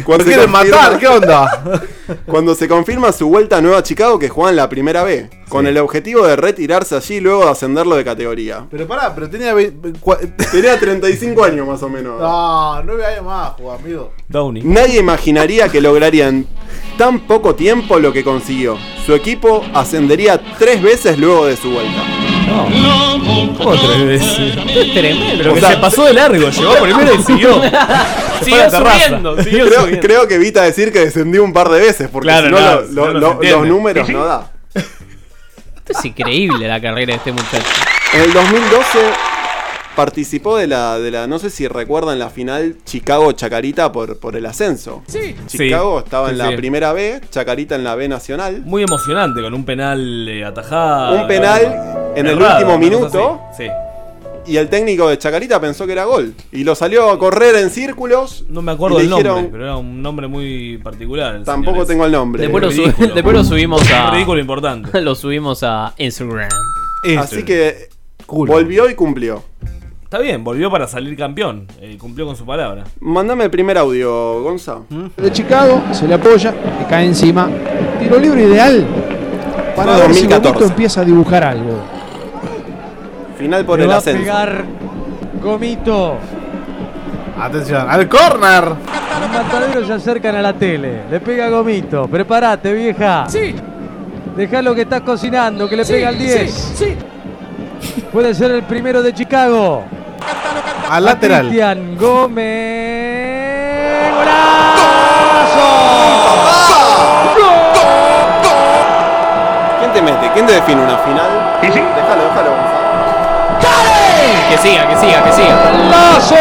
S2: Cuando
S3: Lo
S2: se
S3: quieren
S2: confirma-
S3: matar, ¿qué
S2: onda? Cuando se confirma su vuelta a Nueva Chicago que juegan la primera B, con el objetivo de retirarse allí y luego de ascenderlo de categoría.
S4: Pero pará, pero tenía. ve- ve- cua-
S2: Tenía 35 años más o menos.
S4: No, nueve años más, jugá, amigo.
S2: Nadie imaginaría que lograría en tan poco tiempo lo que consiguió. Su equipo ascendería tres veces luego de su vuelta.
S5: Otra vez. Es
S3: tremendo.
S5: Pero que se pasó de largo, llegó primero y siguió.
S3: Siguió
S2: la terraza.
S3: subiendo, siguió
S2: creo,
S3: subiendo.
S2: creo que evita decir que descendió un par de veces, porque
S5: Claro,
S2: si no,
S5: no,
S2: lo-
S5: si
S2: lo-
S5: no, no
S2: lo-
S5: se entiende.
S2: los números no da.
S3: Esto es increíble la carrera de este muchacho.
S2: En el 2012 participó de la, de la no sé si recuerdan la final Chicago-Chacarita por, por el ascenso.
S5: Sí.
S2: Chicago estaba en
S5: Sí,
S2: la
S5: sí.
S2: primera B, Chacarita en la B nacional.
S5: Muy emocionante, con un penal eh, atajado.
S2: Un penal en el
S5: Errado,
S2: último
S5: una cosa
S2: minuto.
S5: así. Sí.
S2: Y el técnico de Chacarita pensó que era gol. Y lo salió a correr en círculos.
S5: No me acuerdo
S2: y
S5: el
S2: le dijeron,
S5: nombre, pero era un nombre muy particular. el
S2: Tampoco
S5: señor ese.
S2: tengo el nombre.
S3: Después lo, subi-
S5: Ridículo.
S3: después lo subimos a.
S5: Un Ridículo importante.
S3: Lo subimos a Instagram.
S2: Así que volvió y cumplió.
S5: Este. Está bien, volvió para salir campeón. eh, cumplió con su palabra.
S2: Mándame el primer audio, Gonza.
S5: ¿Mm?
S19: de Chicago, se le apoya, le cae encima. Tiro libre ideal para
S2: Fue
S19: ver si
S2: 2014.
S19: Gomito empieza a dibujar algo.
S2: Final por
S19: Le
S2: el
S19: va a
S2: ascenso.
S19: pegar Gomito.
S4: Atención, al corner.
S21: Los mataderos se acercan a la tele. Le pega Gomito. Prepárate, vieja. Sí. Dejá lo que estás cocinando, que le
S19: Sí,
S21: pega al 10.
S19: sí,
S21: Puede ser el primero de Chicago.
S4: Al
S21: A
S4: lateral.
S21: Cristian Gómez.
S2: ¿Quién te mete? ¿Quién te define una final? Déjalo, déjalo, Gonza.
S3: Que siga, que siga, que siga.
S21: ¡Golazo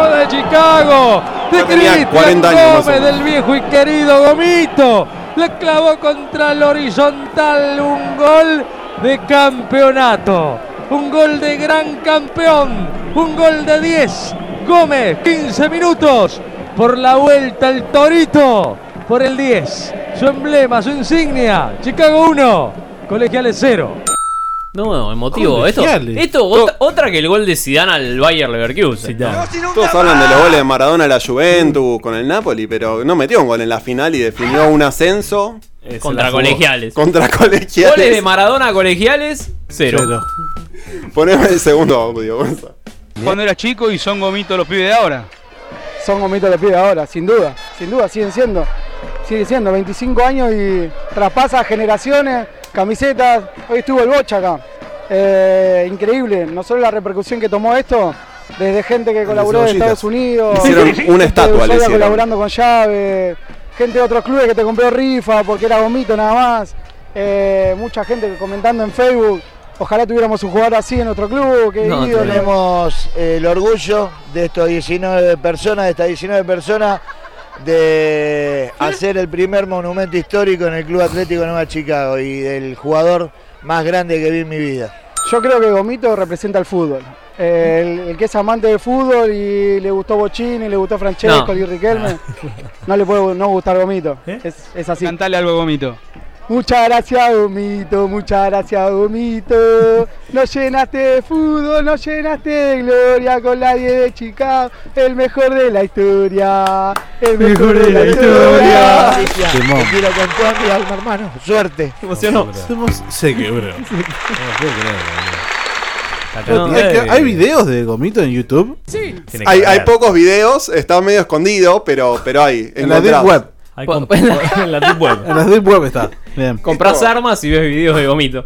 S21: Oh, de Chicago! De
S2: Yo tenía
S21: Cristian
S2: 40 años, más o
S21: Gómez
S2: menos.
S21: del viejo y querido Gomito. Le clavó contra el horizontal un gol de campeonato. Un gol de gran campeón. Un gol de 10. Gómez, 15 minutos. Por la vuelta el Torito. Por el 10. Su emblema, su insignia. Chicago 1. Colegiales 0.
S3: No, emotivo. Esto,
S21: Colegiales.
S3: esto otra, otra que el gol de Zidane al Bayer Leverkusen.
S2: Todos hablan de los goles de Maradona a la Juventus con el Napoli, pero no metió un gol en la final y definió un ascenso.
S3: se Contra la jugó. colegiales.
S2: Contra colegiales.
S3: Goles de Maradona a colegiales, cero.
S2: Poneme el segundo audio, Gonza.
S22: Cuando era chico y son gomitos los pibes de ahora.
S19: Son Gomito los pibes ahora, sin duda, sin duda, siguen siendo. Siguen siendo, 25 años y traspasa generaciones, camisetas. Hoy estuvo el Bocha acá. Eh, increíble, no solo la repercusión que tomó esto, desde gente que colaboró de
S2: cebollitas.
S19: Estados Unidos,
S2: Hicieron
S19: gente
S2: una
S19: de
S2: estatua, le
S19: Ushuaia
S2: hicieron.
S19: colaborando con llave, gente de otros clubes que te compró rifa porque era gomito nada más, eh, mucha gente comentando en Facebook. Ojalá tuviéramos un jugador así en nuestro club, que
S22: No,
S19: ídolo.
S22: tenemos eh, el orgullo de estos 19 personas, de estas 19 personas, de hacer el primer monumento histórico en el Club Atlético Nueva Chicago y del jugador más grande que vi en mi vida.
S19: Yo creo que Gomito representa el fútbol. Eh, El, el que es amante del fútbol y le gustó Bochini, le gustó Francesco
S22: No.
S19: y Riquelme,
S14: Ah.
S19: no le puede no gustar Gomito. Es, es así.
S22: Cantale algo, Gomito.
S19: Muchas gracias, Gomito, muchas gracias, Gomito. Nos llenaste de fútbol, nos llenaste de gloria con la 10 de Chicago, el mejor de la historia, el mejor, de la historia.
S22: Te quiero con toda mi alma, hermano. Suerte.
S5: emocionó.
S4: Se quebró.
S5: No,
S4: Es que
S5: eh.
S4: ¿Hay videos de Gomito en YouTube?
S19: Sí.
S2: Hay, hay pocos videos, está medio escondido, pero, pero hay.
S4: En la deep
S2: encontrás.
S4: web.
S5: Ahí comp- en la Deep Web.
S4: En la Deep Web está. Bien.
S3: Compras armas y ves videos de gomito.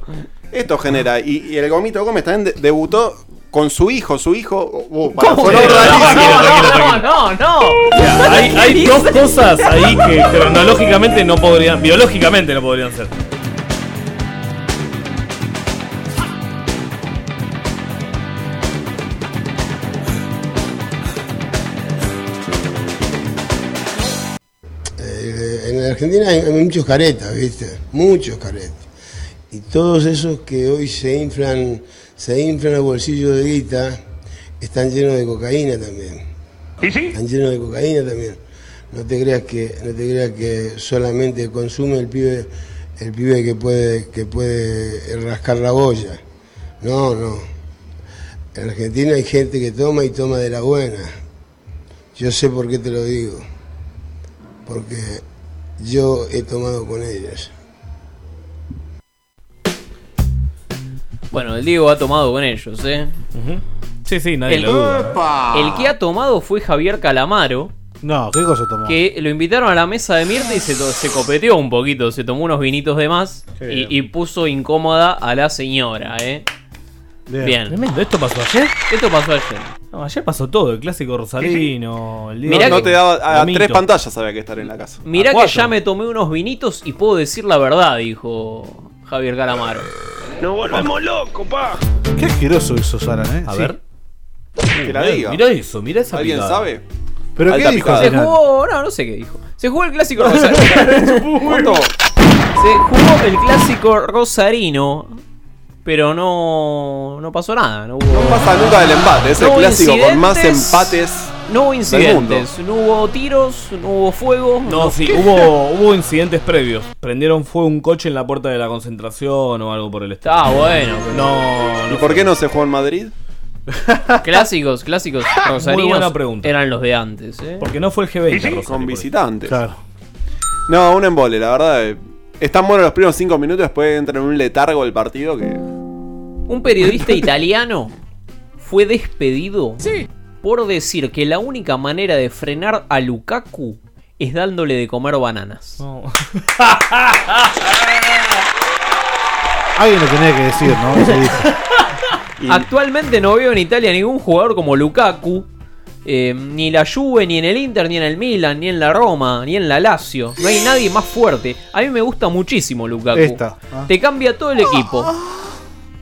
S2: Esto genera. Y, y el Gomito Gómez también de- debutó con su hijo. Su hijo. uh, para-
S3: ¿Cómo
S2: fue
S3: que
S2: un
S3: no?
S2: rarísimo.
S3: No, no, no.
S5: Hay, hay dos cosas ahí que cronológicamente no podrían, biológicamente no podrían ser.
S1: Eh, en Argentina hay, hay muchos caretas, ¿viste? Muchos caretas. Y todos esos que hoy se inflan, se inflan el bolsillo de guita, están llenos de cocaína también. Están llenos de cocaína también. No te creas que, no te creas que solamente consume el pibe, el pibe que puede, que puede rascar la boya. No, no. En Argentina hay gente que toma y toma de la buena. Yo sé por qué te lo digo porque yo he tomado con ellas.
S3: Bueno, el Diego ha tomado con ellos, ¿eh?
S5: Sí, sí, nadie
S3: el,
S5: lo duda.
S3: el que ha tomado fue Javier Calamaro.
S4: No, ¿qué cosa tomó?
S3: Que lo invitaron a la mesa de Mirta y se, to- se copeteó un poquito, se tomó unos vinitos de más y, y puso incómoda a la señora, ¿eh? Bien.
S5: Tremendo, ¿esto pasó ayer?
S3: Esto pasó ayer.
S5: No, ayer pasó todo, el clásico Rosalino, el
S2: No, no te daba. A
S5: Gomito.
S2: tres pantallas había que estar en la casa.
S3: Mirá
S2: A
S3: que
S2: cuatro.
S3: ya me tomé unos vinitos y puedo decir la verdad, dijo Javier Calamaro.
S6: Nos volvemos locos, pa.
S4: Qué asqueroso eso, Sara, ¿eh?
S5: A
S4: Sí.
S5: ver.
S2: Que la
S5: Mirá-
S2: diga.
S5: mirá eso, mirá esa
S2: ¿Alguien
S5: picada.
S2: sabe?
S4: ¿Pero qué
S2: Alta
S4: dijo?
S2: picada.
S3: Se jugó, no, no sé qué dijo. Se jugó el clásico rosarino. ¿Cuánto? Se jugó el clásico rosarino, pero no, no pasó nada. No, hubo, no
S2: pasa nunca del empate, es el
S3: hubo
S2: clásico con más
S3: incidentes,
S2: empates
S3: No hubo
S2: del
S3: incidentes, no hubo tiros, no hubo fuego.
S5: No, sí,
S3: ¿Qué?
S5: hubo, hubo incidentes previos. Prendieron fuego un coche en la puerta de la concentración o algo por el estilo.
S3: Ah, bueno,
S5: No,
S2: ¿Y por qué no se jugó en Madrid?
S3: Clásicos, clásicos rosarinos
S5: buena pregunta.
S3: eran los de antes. ¿eh?
S5: Porque no fue el G20.
S2: Con visitantes.
S4: Claro.
S2: No, un embole, la verdad. eh, Están buenos los primeros cinco minutos, después entra en un letargo el partido que.
S3: Un periodista italiano fue despedido por decir que la única manera de frenar a Lukaku es dándole de comer bananas.
S4: Alguien lo tenía que decir, ¿no? Se dijo.
S3: Actualmente no veo en Italia ningún jugador como Lukaku. eh, ni la Juve, ni en el Inter, ni en el Milan, ni en la Roma, ni en la Lazio. No hay nadie más fuerte. A mí me gusta muchísimo Lukaku.
S4: Esta, ah.
S3: Te cambia todo el equipo.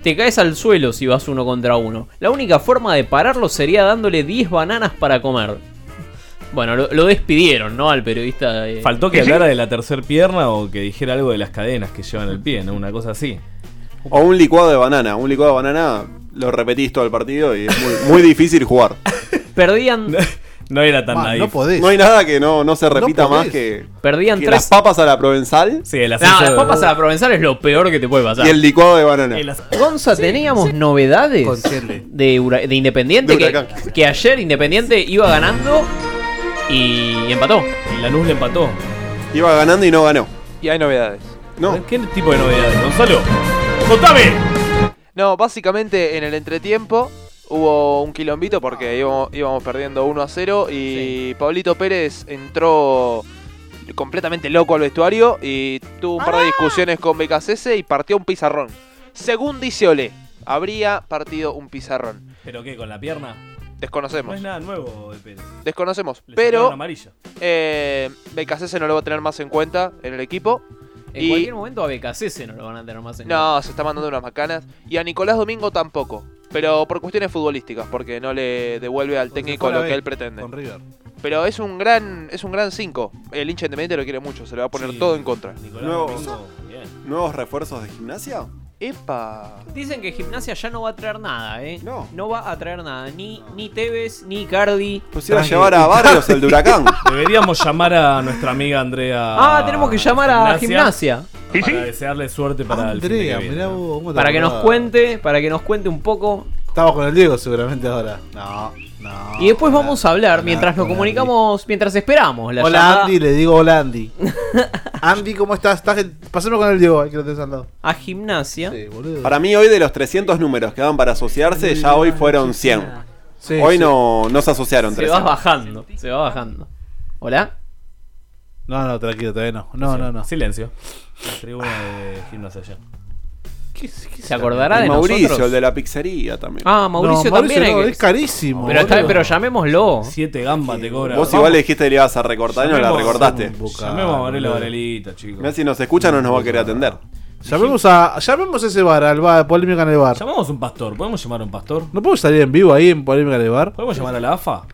S3: Te caes al suelo si vas uno contra uno. La única forma de pararlo sería dándole 10 bananas para comer. Bueno, lo, lo despidieron, ¿no? Al periodista. eh.
S5: Faltó que hablara de la tercer pierna o que dijera algo de las cadenas que llevan el pie, ¿no? Una cosa así.
S2: O un licuado de banana. Un licuado de banana lo repetís todo el partido y es muy, muy difícil jugar.
S3: Perdían.
S5: No era tan
S2: Ma,
S5: naif.
S2: no podés. No hay nada que no, no se repita
S3: podés.
S2: más que.
S3: Perdían
S2: que
S3: tres-
S2: Las papas a la provenzal.
S5: Sí, el
S3: No, las papas a la provenzal es lo peor que te puede pasar.
S2: Y el licuado de banana.
S3: Gonza, teníamos novedades de, Hura- de Independiente.
S2: De
S3: que, que ayer Independiente iba ganando y empató.
S5: Y Lanús le empató.
S2: Iba ganando y no ganó.
S14: Y hay novedades.
S2: No.
S5: ¿Qué tipo de novedades, Gonzalo? ¡Contame!
S14: No, básicamente en el entretiempo hubo un quilombito porque íbamos, íbamos perdiendo 1 a 0 y Pablito Pérez entró completamente loco al vestuario y tuvo un par
S3: Ah.
S14: de discusiones con Becasese y partió un pizarrón. Según dice Ole, habría partido un pizarrón.
S5: ¿Pero qué? ¿Con la pierna? No
S14: Desconocemos.
S5: es nada nuevo de Pérez.
S14: Desconocemos.
S5: Le
S14: pero
S5: sacaron amarilla.
S14: eh, Becasese no lo va a tener más en cuenta en el equipo.
S3: En cualquier momento a BKC no lo van a tener más en
S14: No, se está mandando unas macanas. Y a Nicolás Domingo tampoco. Pero por cuestiones futbolísticas, porque no le devuelve al técnico
S4: fue a la
S14: lo
S4: B
S14: que él pretende.
S4: con River.
S14: Pero es un gran es un gran 5. El hincha independiente lo quiere mucho, se le va a poner todo en contra.
S2: Nuevos, nuevos refuerzos de gimnasia.
S14: ¡Epa!
S3: Dicen que Gimnasia ya no va a traer nada, ¿eh? No. No va a traer nada. Ni, ni Tevez, ni Cardi.
S2: Pusieron Pues a llevar a Barrios el de Huracán.
S5: Deberíamos llamar a nuestra amiga Andrea.
S3: Ah, tenemos que llamar a Gimnasia.
S5: Para desearle suerte para el fin de
S4: Andrea,
S5: que viene.
S4: mirá vos, ¿cómo te
S3: Para que nos
S4: acordás?
S3: cuente, para que nos cuente un poco.
S4: Estamos con el Diego seguramente ahora. No, no.
S3: Y después vamos a hablar mientras nos comunicamos, mientras esperamos la
S4: hola
S3: llamada
S4: Andy, le digo hola Andy. Andy, ¿cómo estás? estás en- Pasame con el Diego, ahí que lo tenés al lado.
S3: a Gimnasia.
S2: Para mí, hoy de los 300 números que daban para asociarse, ya hoy fueron 100. hoy
S3: sí.
S2: No, no se asociaron
S3: Se va
S2: 300.
S3: bajando, se va bajando. ¿Hola?
S4: No, no, tranquilo, todavía no. No, no, no.
S5: Silencio. La tribuna de gimnasia allá.
S3: ¿Se acordará
S2: El
S3: de
S2: Mauricio,
S3: nosotros?
S2: el de la pizzería también.
S3: Ah, Mauricio
S4: No, Mauricio
S3: también. hay
S4: no,
S3: que-
S4: es carísimo,
S3: Pero, está, bien,
S4: boludo.
S3: pero llamémoslo.
S5: Siete gambas te cobra.
S2: Vos igual le dijiste que le ibas a recortar y no la
S5: Llamemos-
S2: recordaste.
S5: Llamemos a Varela Varelita, chicos.
S2: Mirá si nos escucha no nos va a querer atender.
S4: Llamemos a. Llamemos a ese bar, al bar, polémica en el bar.
S5: Llamamos un pastor. ¿Podemos llamar a un pastor?
S4: ¿No puedo salir en vivo ahí en polémica en el bar?
S5: ¿Podemos llamar a la AFA?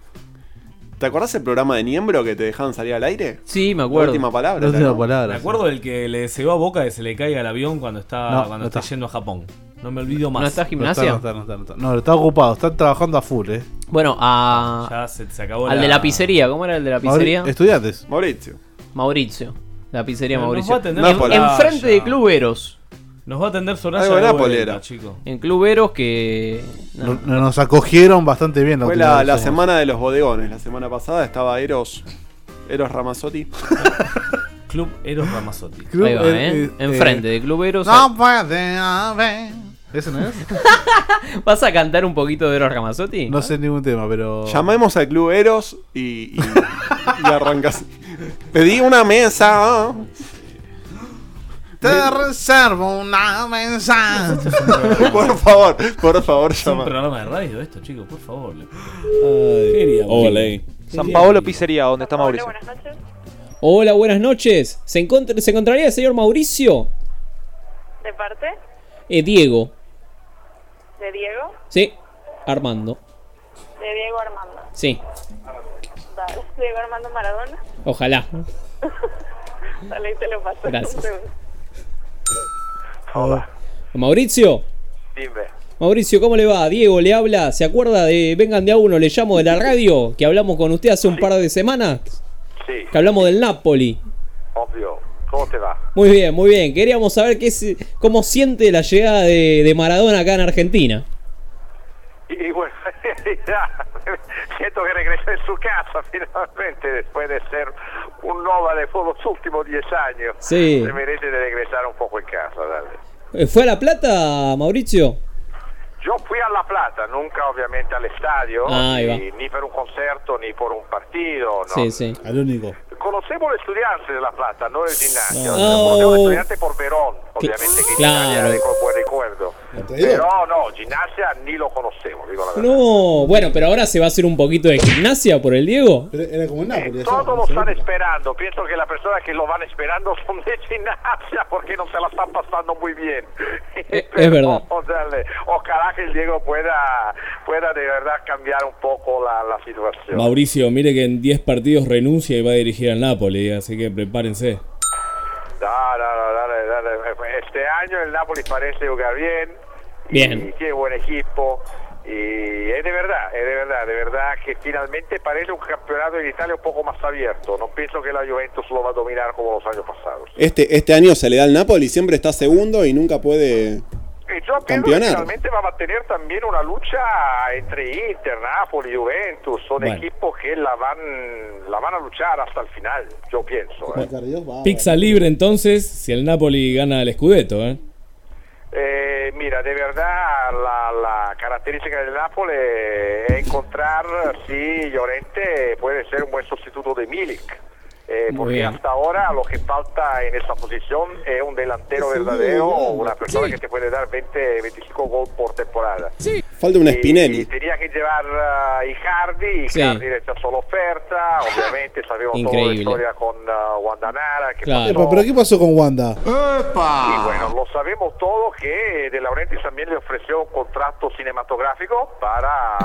S2: ¿Te acordás el programa de Niembro que te dejaban salir al aire?
S3: Sí, me
S2: La última palabra.
S4: La última
S2: ¿no?
S4: palabra.
S5: Me acuerdo del que le cegó a Boca que se le caiga el avión cuando está,
S4: No,
S5: cuando
S4: no
S5: está,
S4: está.
S5: yendo a Japón. No me olvido más.
S4: No está, no está, no está. No, está ocupado, están trabajando a full, eh.
S3: Bueno, a.
S5: Ya se, se acabó
S3: Al de la pizzería, ¿cómo era el de la
S4: Mauri-
S3: pizzería?
S4: estudiantes.
S2: Mauricio.
S3: Mauricio. La pizzería
S5: Nos va a
S3: Mauricio.
S5: atender
S3: En-
S5: Napoli.
S3: Enfrente de Club Eros.
S5: Nos va a atender
S2: Algo
S5: Soraya
S2: de
S5: de
S2: Napoli
S5: Bolivia,
S2: era.
S5: chico.
S3: En Club Eros que.
S4: No- no- Nos acogieron bastante bien
S2: Fue
S4: última
S2: la,
S4: vez.
S2: la semana de los bodegones. La semana pasada estaba Eros. Eros Ramazzotti.
S5: Club Eros Ramazzotti.
S3: Ahí va, ¿eh? Enfrente de Club Eros.
S4: No puede haber. ¿Ese no es?
S3: ¿Vas a cantar un poquito de Eros Ramazzotti?
S4: No sé ningún tema, pero.
S2: Llamemos al Club Eros y, y, y arrancas. Pedí una mesa.
S4: Te reservo una mensaje.
S2: por favor, por favor, llama.
S5: Es un programa de radio esto, chicos, por favor. le-
S14: San Paolo Pizzería, donde está Mauricio.
S7: Hola, buenas noches. ¿Se, encontr- ¿se encontraría el señor Mauricio?
S8: ¿De parte?
S7: Eh, Diego.
S8: ¿De Diego?
S7: Sí. Armando.
S8: ¿De Diego Armando?
S7: Sí.
S8: Dale. ¿Diego Armando Maradona?
S7: Ojalá.
S8: Dale, ahí te lo paso.
S7: Gracias.
S8: Hola.
S7: Mauricio.
S8: Dime.
S7: Mauricio, ¿cómo le va? Diego le habla. ¿Se acuerda de Vengan de a uno? Le llamo de la radio. Que hablamos con usted hace un par de semanas.
S8: Sí,
S7: Que hablamos del Napoli.
S8: obvio. ¿Cómo te va?
S7: Muy bien, muy bien. Queríamos saber qué es- cómo siente la llegada de, de Maradona acá en Argentina.
S8: Y, y bueno, ya, siento que regresé en su casa finalmente después de ser un nova de por los últimos 10 años.
S7: Sí.
S8: Se merece de regresar un poco en casa, dale.
S7: Eh, ¿Fue a La Plata, Mauricio?
S8: Yo fui a La Plata, nunca obviamente al estadio,
S7: Ah, ahí
S8: ni, ni por un concierto, ni por un partido. No.
S7: Sí, sí.
S4: Al único.
S8: Conocemos el estudiante de La Plata, no el gimnasio.
S7: Oh.
S8: Conocemos el estudiante por Verón, obviamente, que
S7: Claro.
S8: Gimnasia de con buen recuerdo. Pero no, gimnasia ni lo conocemos, digo la verdad.
S7: No, bueno, pero ahora se va a hacer un poquito de gimnasia por el Diego.
S4: Era como un Napoli.
S8: Todos lo están esperando. Pienso que las personas que lo van esperando son de gimnasia porque no se la están pasando muy bien.
S7: es verdad.
S8: O sea, le- ojalá que el Diego pueda, pueda de verdad cambiar un poco la, la situación.
S23: Mauricio, mire que en 10 partidos renuncia y va a dirigir al Napoli, así que prepárense.
S8: Dale, dale, dale, dale. Este año el Napoli parece jugar bien.
S23: Bien.
S8: Y tiene buen equipo. Y es de verdad, es de verdad, de verdad que finalmente parece un campeonato en Italia un poco más abierto. No pienso que la Juventus lo va a dominar como los años pasados.
S2: Este, este año se le da al Napoli, siempre está segundo y nunca puede
S8: Y yo creo que
S2: campeonar.
S8: realmente va a mantener también una lucha entre Inter, Napoli, Juventus, son
S23: Bueno.
S8: equipos que la van, la van a luchar hasta el final, yo pienso. ¿eh?
S23: Pizza libre entonces, si el Napoli gana el Scudetto, ¿eh?
S8: Eh, mira, de verdad la, la característica del Napoli es encontrar si Llorente puede ser un buen sustituto de Milik. Eh,
S23: Muy
S8: porque
S23: bien.
S8: hasta ahora lo que falta en esa posición es un delantero verdadero, una persona que te puede dar 20, 25 gols por temporada.
S2: Falta un
S8: Y-
S2: Spinelli.
S8: y tenía que llevar a Icardi,
S2: Sí.
S8: Icardi rechazó la oferta, obviamente sabemos toda la
S2: Increíble.
S8: historia con uh, Guandanara, que
S4: Claro.
S8: pasó.
S4: Epa, ¿Pero qué pasó con Wanda?
S8: Y bueno, lo sabemos todo que De Laurentiis también le ofreció un contrato cinematográfico para,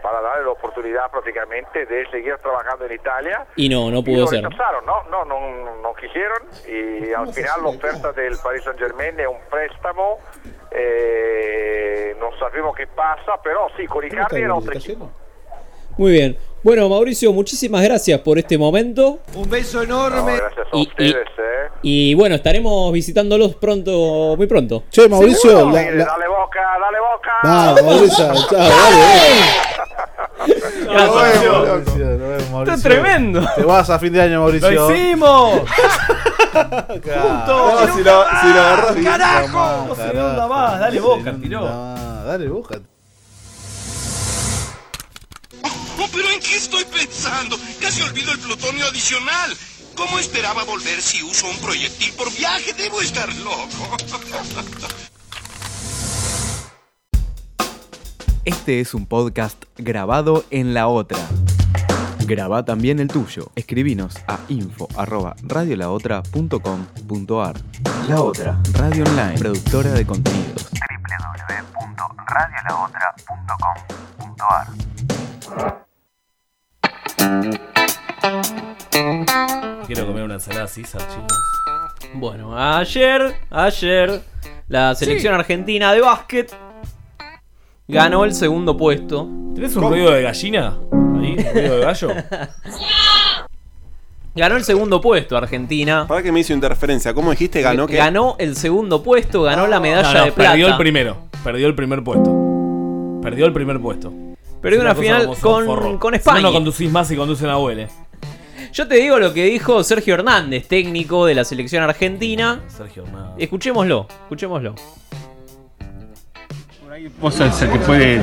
S8: para darle la oportunidad prácticamente de seguir trabajando en Italia.
S7: Y no, no pudo
S8: lo
S7: ser.
S8: rechazaron, no, no, no, no quisieron. Y al final la oferta del Paris Saint Germain es un préstamo. eh, no sabemos qué pasa, pero sí, con Icardi era otro equipo.
S7: Muy bien. Bueno, Mauricio, muchísimas gracias por este momento.
S8: Un beso enorme. gracias a
S7: Y- y-
S8: ustedes, eh.
S7: Y bueno, estaremos visitándolos pronto, muy pronto.
S4: Che, Mauricio,
S7: ¿Seguro?
S4: la- la-
S8: Dale boca, dale boca.
S4: Vamos, Mauricio, chao, dale.
S8: Gracias, Mauricio.
S4: Está
S8: tremendo.
S4: Te vas a fin de año, Mauricio.
S8: ¡Lo hicimos!
S4: Juntos.
S5: No, si lo- si lo agarrás bien.
S4: ¡Carajo!
S5: No se inunda más, Ah, dale boca, tiró.
S4: Dale boca.
S6: Oh, pero ¿en qué estoy pensando? Casi olvido el plutonio adicional.
S9: ¿Cómo esperaba volver si uso un proyectil por viaje? Debo estar loco.
S12: Este es un podcast grabado en la otra. Graba también el tuyo. Escribinos a info arroba radiolaotra.com.ar La Otra, Radio Online, productora de contenidos.
S10: www.radiolaotra.com.ar
S5: Quiero comer una ensalada César, chicos.
S3: Bueno, ayer, ayer, la selección argentina de básquet ganó el segundo puesto.
S5: ¿Tenés un ruido de gallina? Ahí, un ruido de gallo.
S3: Ganó el segundo puesto Argentina. Eh,
S2: ¿Para que me hizo interferencia? ¿Cómo dijiste? ¿Ganó qué?
S3: Ganó el segundo puesto, ganó la medalla
S5: No, no,
S3: de plata.
S5: perdió el primero. Perdió el primer puesto. Perdió el primer puesto.
S3: Perdió
S5: Es
S3: una
S5: cosa
S3: final
S5: como son
S3: con-
S5: forro.
S3: con
S5: Si
S3: España.
S5: No, no conducís más y conducen a Huele.
S3: Yo te digo lo que dijo Sergio Hernández, técnico de la selección argentina.
S5: Sergio Hernández.
S3: Escuchémoslo, escuchémoslo.
S15: Vos es el que puede eh,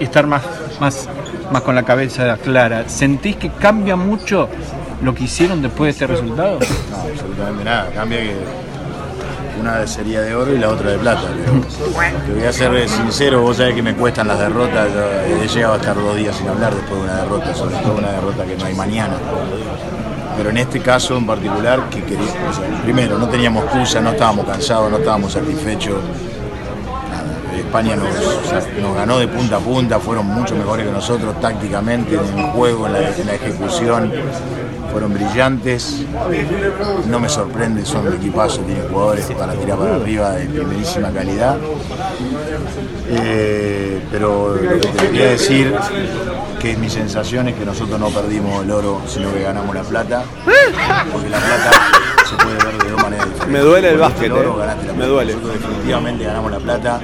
S15: estar más, más, más con la cabeza clara. ¿Sentís que cambia mucho lo que hicieron después de este resultado?
S24: No, absolutamente nada. Cambia que una sería de oro y la otra de plata. pero te voy a ser sincero, vos sabés que me cuestan las derrotas. Yo he llegado a estar dos días sin hablar después de una derrota, sobre todo una derrota que no hay mañana. Pero en este caso en particular, que quería, o sea, primero, no teníamos excusa, no estábamos cansados, no estábamos satisfechos. Nada, España nos, o sea, nos ganó de punta a punta, fueron mucho mejores que nosotros tácticamente, en el juego, en la- en la ejecución, fueron brillantes. No me sorprende, son un equipazo, tienen jugadores para tirar para arriba de primerísima calidad. Eh, pero lo que te quería decir que es mi sensación es que nosotros no perdimos el oro, sino que ganamos la plata. Porque la plata se puede ver de dos maneras diferentes.
S2: Me duele el
S24: Perdiste
S2: básquet,
S24: oro,
S2: eh.
S24: ganaste la
S2: Me
S24: plata.
S2: duele.
S24: Nosotros definitivamente ganamos la plata.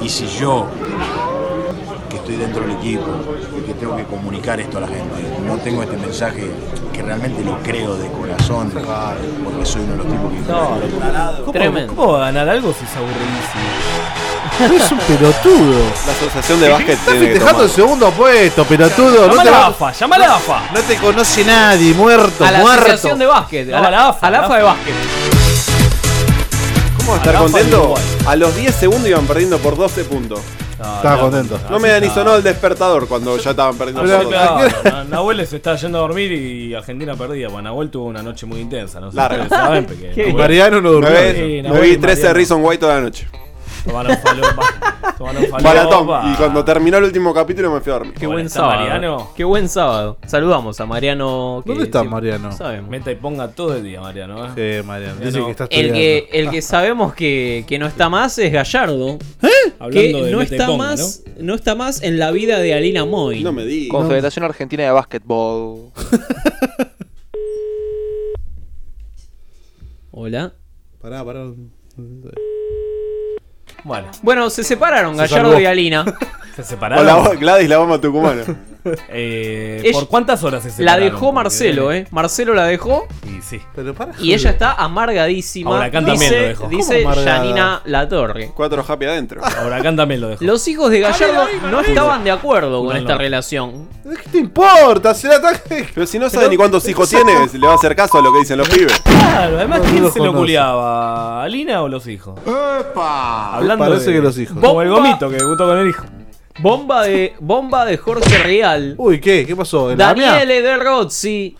S24: Y si yo, que estoy dentro del equipo y que tengo que comunicar esto a la gente, no tengo este mensaje que realmente lo creo de corazón, porque soy uno de los tipos que...
S5: ¿Cómo, ¿Cómo va a ganar algo si es aburridísimo?
S4: Es un pelotudo.
S2: La asociación de básquet
S4: Está
S2: tiene que
S4: festejando
S2: tomar.
S4: el segundo puesto, pelotudo.
S5: Llamala
S4: No te
S5: a
S4: va-
S5: AFA, llamala a AFA.
S4: No te conoce nadie, muerto,
S3: A la
S4: muerto.
S3: asociación de básquet,
S5: No,
S3: a, la,
S5: a la AFA,
S3: a la
S5: a la
S3: AFA de básquet.
S2: ¿Cómo vas a estar
S5: Rafa
S2: contento?
S5: Uruguay.
S2: A los 10 segundos iban perdiendo por 12 puntos.
S4: Estaba no, contento.
S2: No me ni sonó el despertador cuando ya estaban perdiendo
S5: Pero,
S2: por 12.
S5: claro, Nahuel se estaba yendo a dormir y Argentina perdía. Bueno, Nahuel tuvo una noche muy intensa, no sé
S2: Larga.
S5: si ustedes saben, porque
S2: Qué
S5: Nahuel-
S2: Mariano no durmió. Me vi-
S5: Sí,
S2: me
S5: Nahuel
S2: vi
S5: y
S2: 13
S5: Mariano.
S2: Reason Why toda la noche.
S5: Tomaron falopa. Tomaron falopa.
S2: Maratón. Y cuando terminó el último capítulo me fui a dormir.
S3: Qué buen sábado. ¿eh? Qué buen sábado. Saludamos a Mariano. que
S5: ¿Dónde está
S3: siempre-
S5: Mariano?
S3: no sabemos.
S5: Meta y ponga todo el día, Mariano.
S4: ¿eh? Sí, Mariano.
S5: Dice que está
S3: El que, el que sabemos que, que no está más es
S5: ¿Eh?
S3: Gallardo. Que
S14: Hablando de
S3: no
S14: mete y
S3: está,
S14: ponga,
S3: más, ¿no? está más en la vida de Alina Moy. No
S2: me digas.
S14: Confederación Argentina de Básquetbol.
S3: Hola.
S4: Pará, pará.
S5: Bueno.
S3: Bueno, se separaron
S5: Se
S3: Gallardo
S5: salvó.
S3: y Alina.
S5: Se
S2: O la- Gladys, la bomba tucumana.
S5: Eh,
S3: Ella-
S5: ¿Por cuántas horas se
S3: La
S5: separaron?
S3: dejó
S5: Porque-
S3: Marcelo, ¿eh? Marcelo la dejó.
S5: Y sí.
S3: Y ella está amargadísima.
S5: Ahora acá también
S3: dice,
S5: lo dejó.
S3: Dice
S5: ¿Cómo amargada?
S3: Janina La Torre.
S2: Cuatro happy adentro.
S5: Ahora acá también lo dejó.
S3: Los hijos de Gallardo no
S2: amigo.
S3: estaban de acuerdo con
S2: No,
S3: esta
S2: no.
S3: relación.
S4: ¿Qué te importa? Si el ataque.
S2: Pero si no sabe ni cuántos hijos tiene, si le va a hacer caso a lo que dicen los pibes.
S5: Claro, además,
S2: No
S5: ¿quién
S2: los
S5: se lo
S2: conoce.
S5: culeaba? ¿Alina o los hijos? ¡Epa! Hablando
S4: Parece
S5: de-
S4: que los hijos.
S5: Como el gomito que debutó con el hijo.
S3: Bomba de, bomba de Jorge Real.
S4: Uy, ¿qué? ¿Qué pasó? ¿En la ¿Eh? AMIA?
S3: Daniele de Rozzi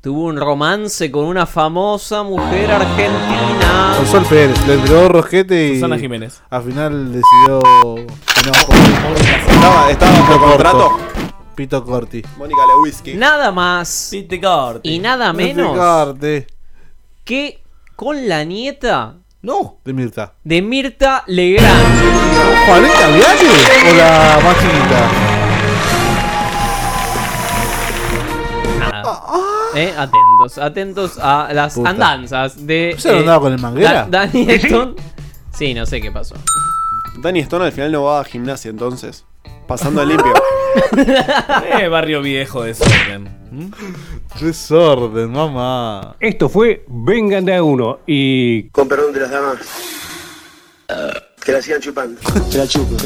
S3: tuvo un romance con una famosa mujer argentina.
S4: Con Sol Pérez, le entregó Rosquete y.
S3: Susana Jiménez.
S4: Al final decidió. que no, estaba,
S2: bajo contrato.
S4: Pito Corti.
S2: Mónica Lewinsky.
S3: Nada más y nada
S4: Pito
S3: menos
S4: Corti.
S3: que con la nieta
S4: No. De Mirta.
S3: de Mirta Legrand.
S4: ¿Juanita Viale? ¿O la más chiquita?
S3: Nada. Eh, atentos, atentos a las
S4: Puta.
S3: andanzas de.
S4: ¿Eso no
S3: eh,
S4: andaba con el Manguera?
S3: Da- Dani Stone. Sí, no sé qué pasó.
S2: Dani Stone al final no va a gimnasia entonces. Pasando al limpio.
S5: Eh, barrio viejo de ¿Mm? Sorden.
S4: Desorden, mamá.
S25: Esto fue Vengan de a uno y.
S24: Con perdón de las damas.
S6: Te la sigan chupando.
S4: Te la chupo,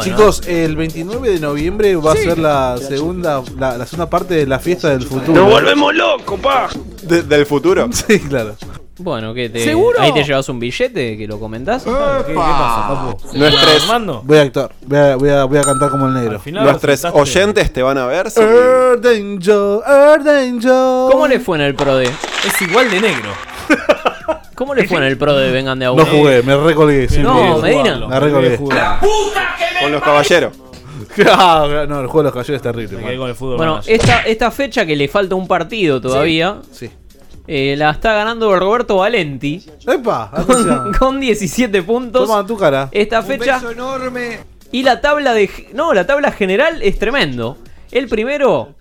S4: Chicos, el 29 de noviembre va a ser la segunda, la, la segunda parte de la fiesta del futuro.
S6: ¡Nos volvemos locos, pa!
S2: ¿Del futuro?
S4: Sí, claro.
S3: Bueno, que te,
S4: ¿Seguro?
S3: ahí te llevas un billete que lo comentás.
S5: ¿Qué, qué pasa, papu?
S2: No estres.
S4: Voy a actuar, voy a, voy a- voy a cantar como el negro.
S2: Nuestros oyentes te van a ver. sí.
S4: Earth Angel, Earth Angel.
S3: ¿Cómo le fue en el Pro D? Es igual de negro. ¿Cómo le fue en el Pro D? Vengan de a
S4: No
S3: uno?
S4: jugué, me recolgué. sí,
S3: No,
S4: me-
S3: Medina.
S4: Me recolgué.
S2: Con los caballeros.
S4: Ah, no, el juego de los caballeros es terrible. man.
S3: Bueno, esta, esta fecha que le falta un partido todavía. eh, la está ganando Roberto Valenti. Con, con 17 puntos.
S4: Toma tu cara.
S3: Esta fecha. Y la tabla de. ge- No, la tabla general es tremendo. El primero.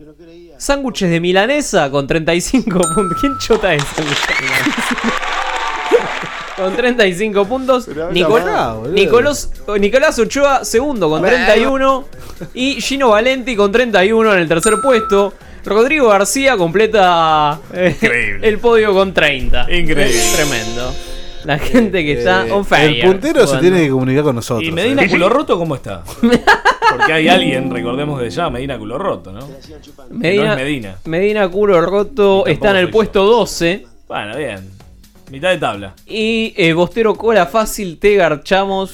S3: Sándwiches de milanesa con 35 puntos. ¿Quién chota es? sándwiches de milanesa? Con 35 puntos. Nicol-
S4: pará, boludo.
S3: Nicolás, Nicolás Ochoa, segundo, con 31. Y Gino Valenti con 31 en el tercer puesto. Rodrigo García completa eh, el podio con 30.
S5: Increíble.
S3: Es tremendo. La gente que está
S4: Eh,
S3: on fire.
S4: El puntero se
S3: jugando.
S4: tiene que comunicar con nosotros.
S5: ¿Y Medina
S4: eh.
S5: culo roto cómo está? Porque hay alguien, recordemos de ya, Medina culo roto, ¿no? Que no
S3: Medina,
S5: es Medina.
S3: Medina culo roto está en el puesto 12.
S5: Bueno, bien. Mitad de tabla.
S3: Y eh, Bostero Cola Fácil, te garchamos.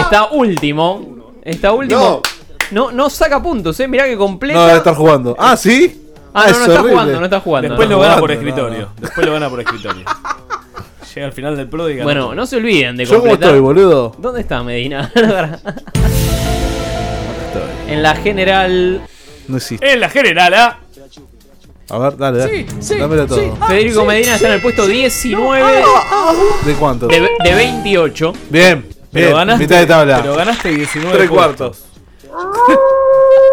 S3: está último. Está último. No, no, saca puntos, eh. Mirá que completa.
S4: No, debe estar jugando. Ah, sí.
S3: Ah, no, no
S4: es
S3: está
S4: horrible.
S3: jugando, no está jugando.
S5: Después
S3: no.
S5: lo gana por
S4: jugando,
S5: escritorio. Después lo gana por escritorio. Llega al final del pro y gana.
S3: Bueno, no se olviden de
S5: Yo como
S3: completar.
S5: estoy, boludo.
S3: ¿Dónde está Medina? en la general.
S4: No existe.
S5: En la general, ¿ah?
S4: A ver, dale, dale. Dámelo todo.
S3: Ah, Federico Medina está en el puesto 19
S4: ah, ¿De cuánto?
S3: de, de 28.
S4: Bien.
S3: Pero
S4: bien,
S3: ganaste-
S4: Mitad de tabla.
S5: Pero ganaste 19
S4: Tres
S5: puntos.
S4: cuartos.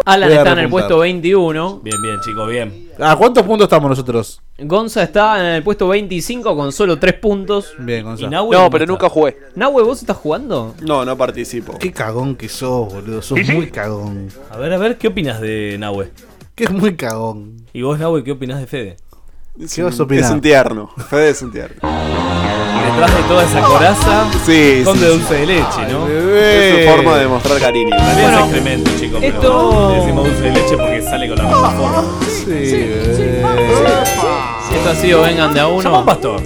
S3: Alan
S4: ah. Voy a
S3: está en el
S4: repuntar.
S3: puesto 21.
S5: Bien, bien, chicos, bien.
S4: ¿A cuántos puntos estamos nosotros?
S3: Gonza está en el puesto 25 con solo 3 puntos.
S4: Bien, Gonza.
S3: No, pero nunca
S14: jugué.
S3: Nahue, ¿vos estás jugando?
S2: No, no participo.
S4: Qué cagón que sos, boludo. Sos muy cagón.
S5: A ver, a ver, ¿qué opinas de Nahue?
S4: Que es muy cagón.
S5: ¿Y vos, Nahue, qué opinas de Fede?
S4: ¿Qué vas a opinar?
S2: Es un tierno. Fede es un tierno.
S5: Detrás de toda esa coraza,
S2: Sí,
S5: son
S2: sí,
S5: de
S2: sí.
S5: dulce de leche, ¿no?
S2: Es su forma de mostrar cariño.
S5: También es excremento, chicos. pero
S3: esto-
S5: le decimos dulce de leche porque sale con la misma forma.
S4: Sí,
S3: Esto ha sido Vengan de a uno.
S5: Pastor.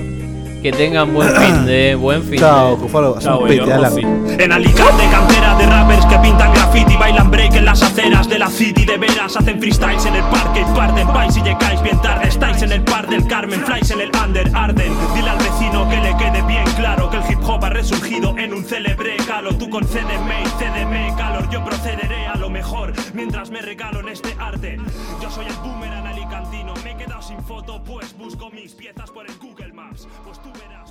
S3: Que tengan buen fin de. Buen fin
S4: Chao,
S3: de.
S4: Cufaro. Haz
S3: Chao,
S4: un pete,
S3: bueno,
S4: Alan.
S6: En Alicante, cantera de rappers que pintan graffiti, bailan break en las aceras de la city. De veras hacen freestyles en el parque y parten. Vais y llegáis bien tarde, estáis en el par del Carmen, flies en el under Arden. Dile al vecino que le quede bien claro que el hip hop ha resurgido en un célebre galo. Tú concédeme y cédeme calor, yo procederé a lo mejor mientras me regalo en este arte. Yo soy el boomerang alicantino, me he quedado sin foto, pues busco mis piezas por el Google Maps. Pues tú verás.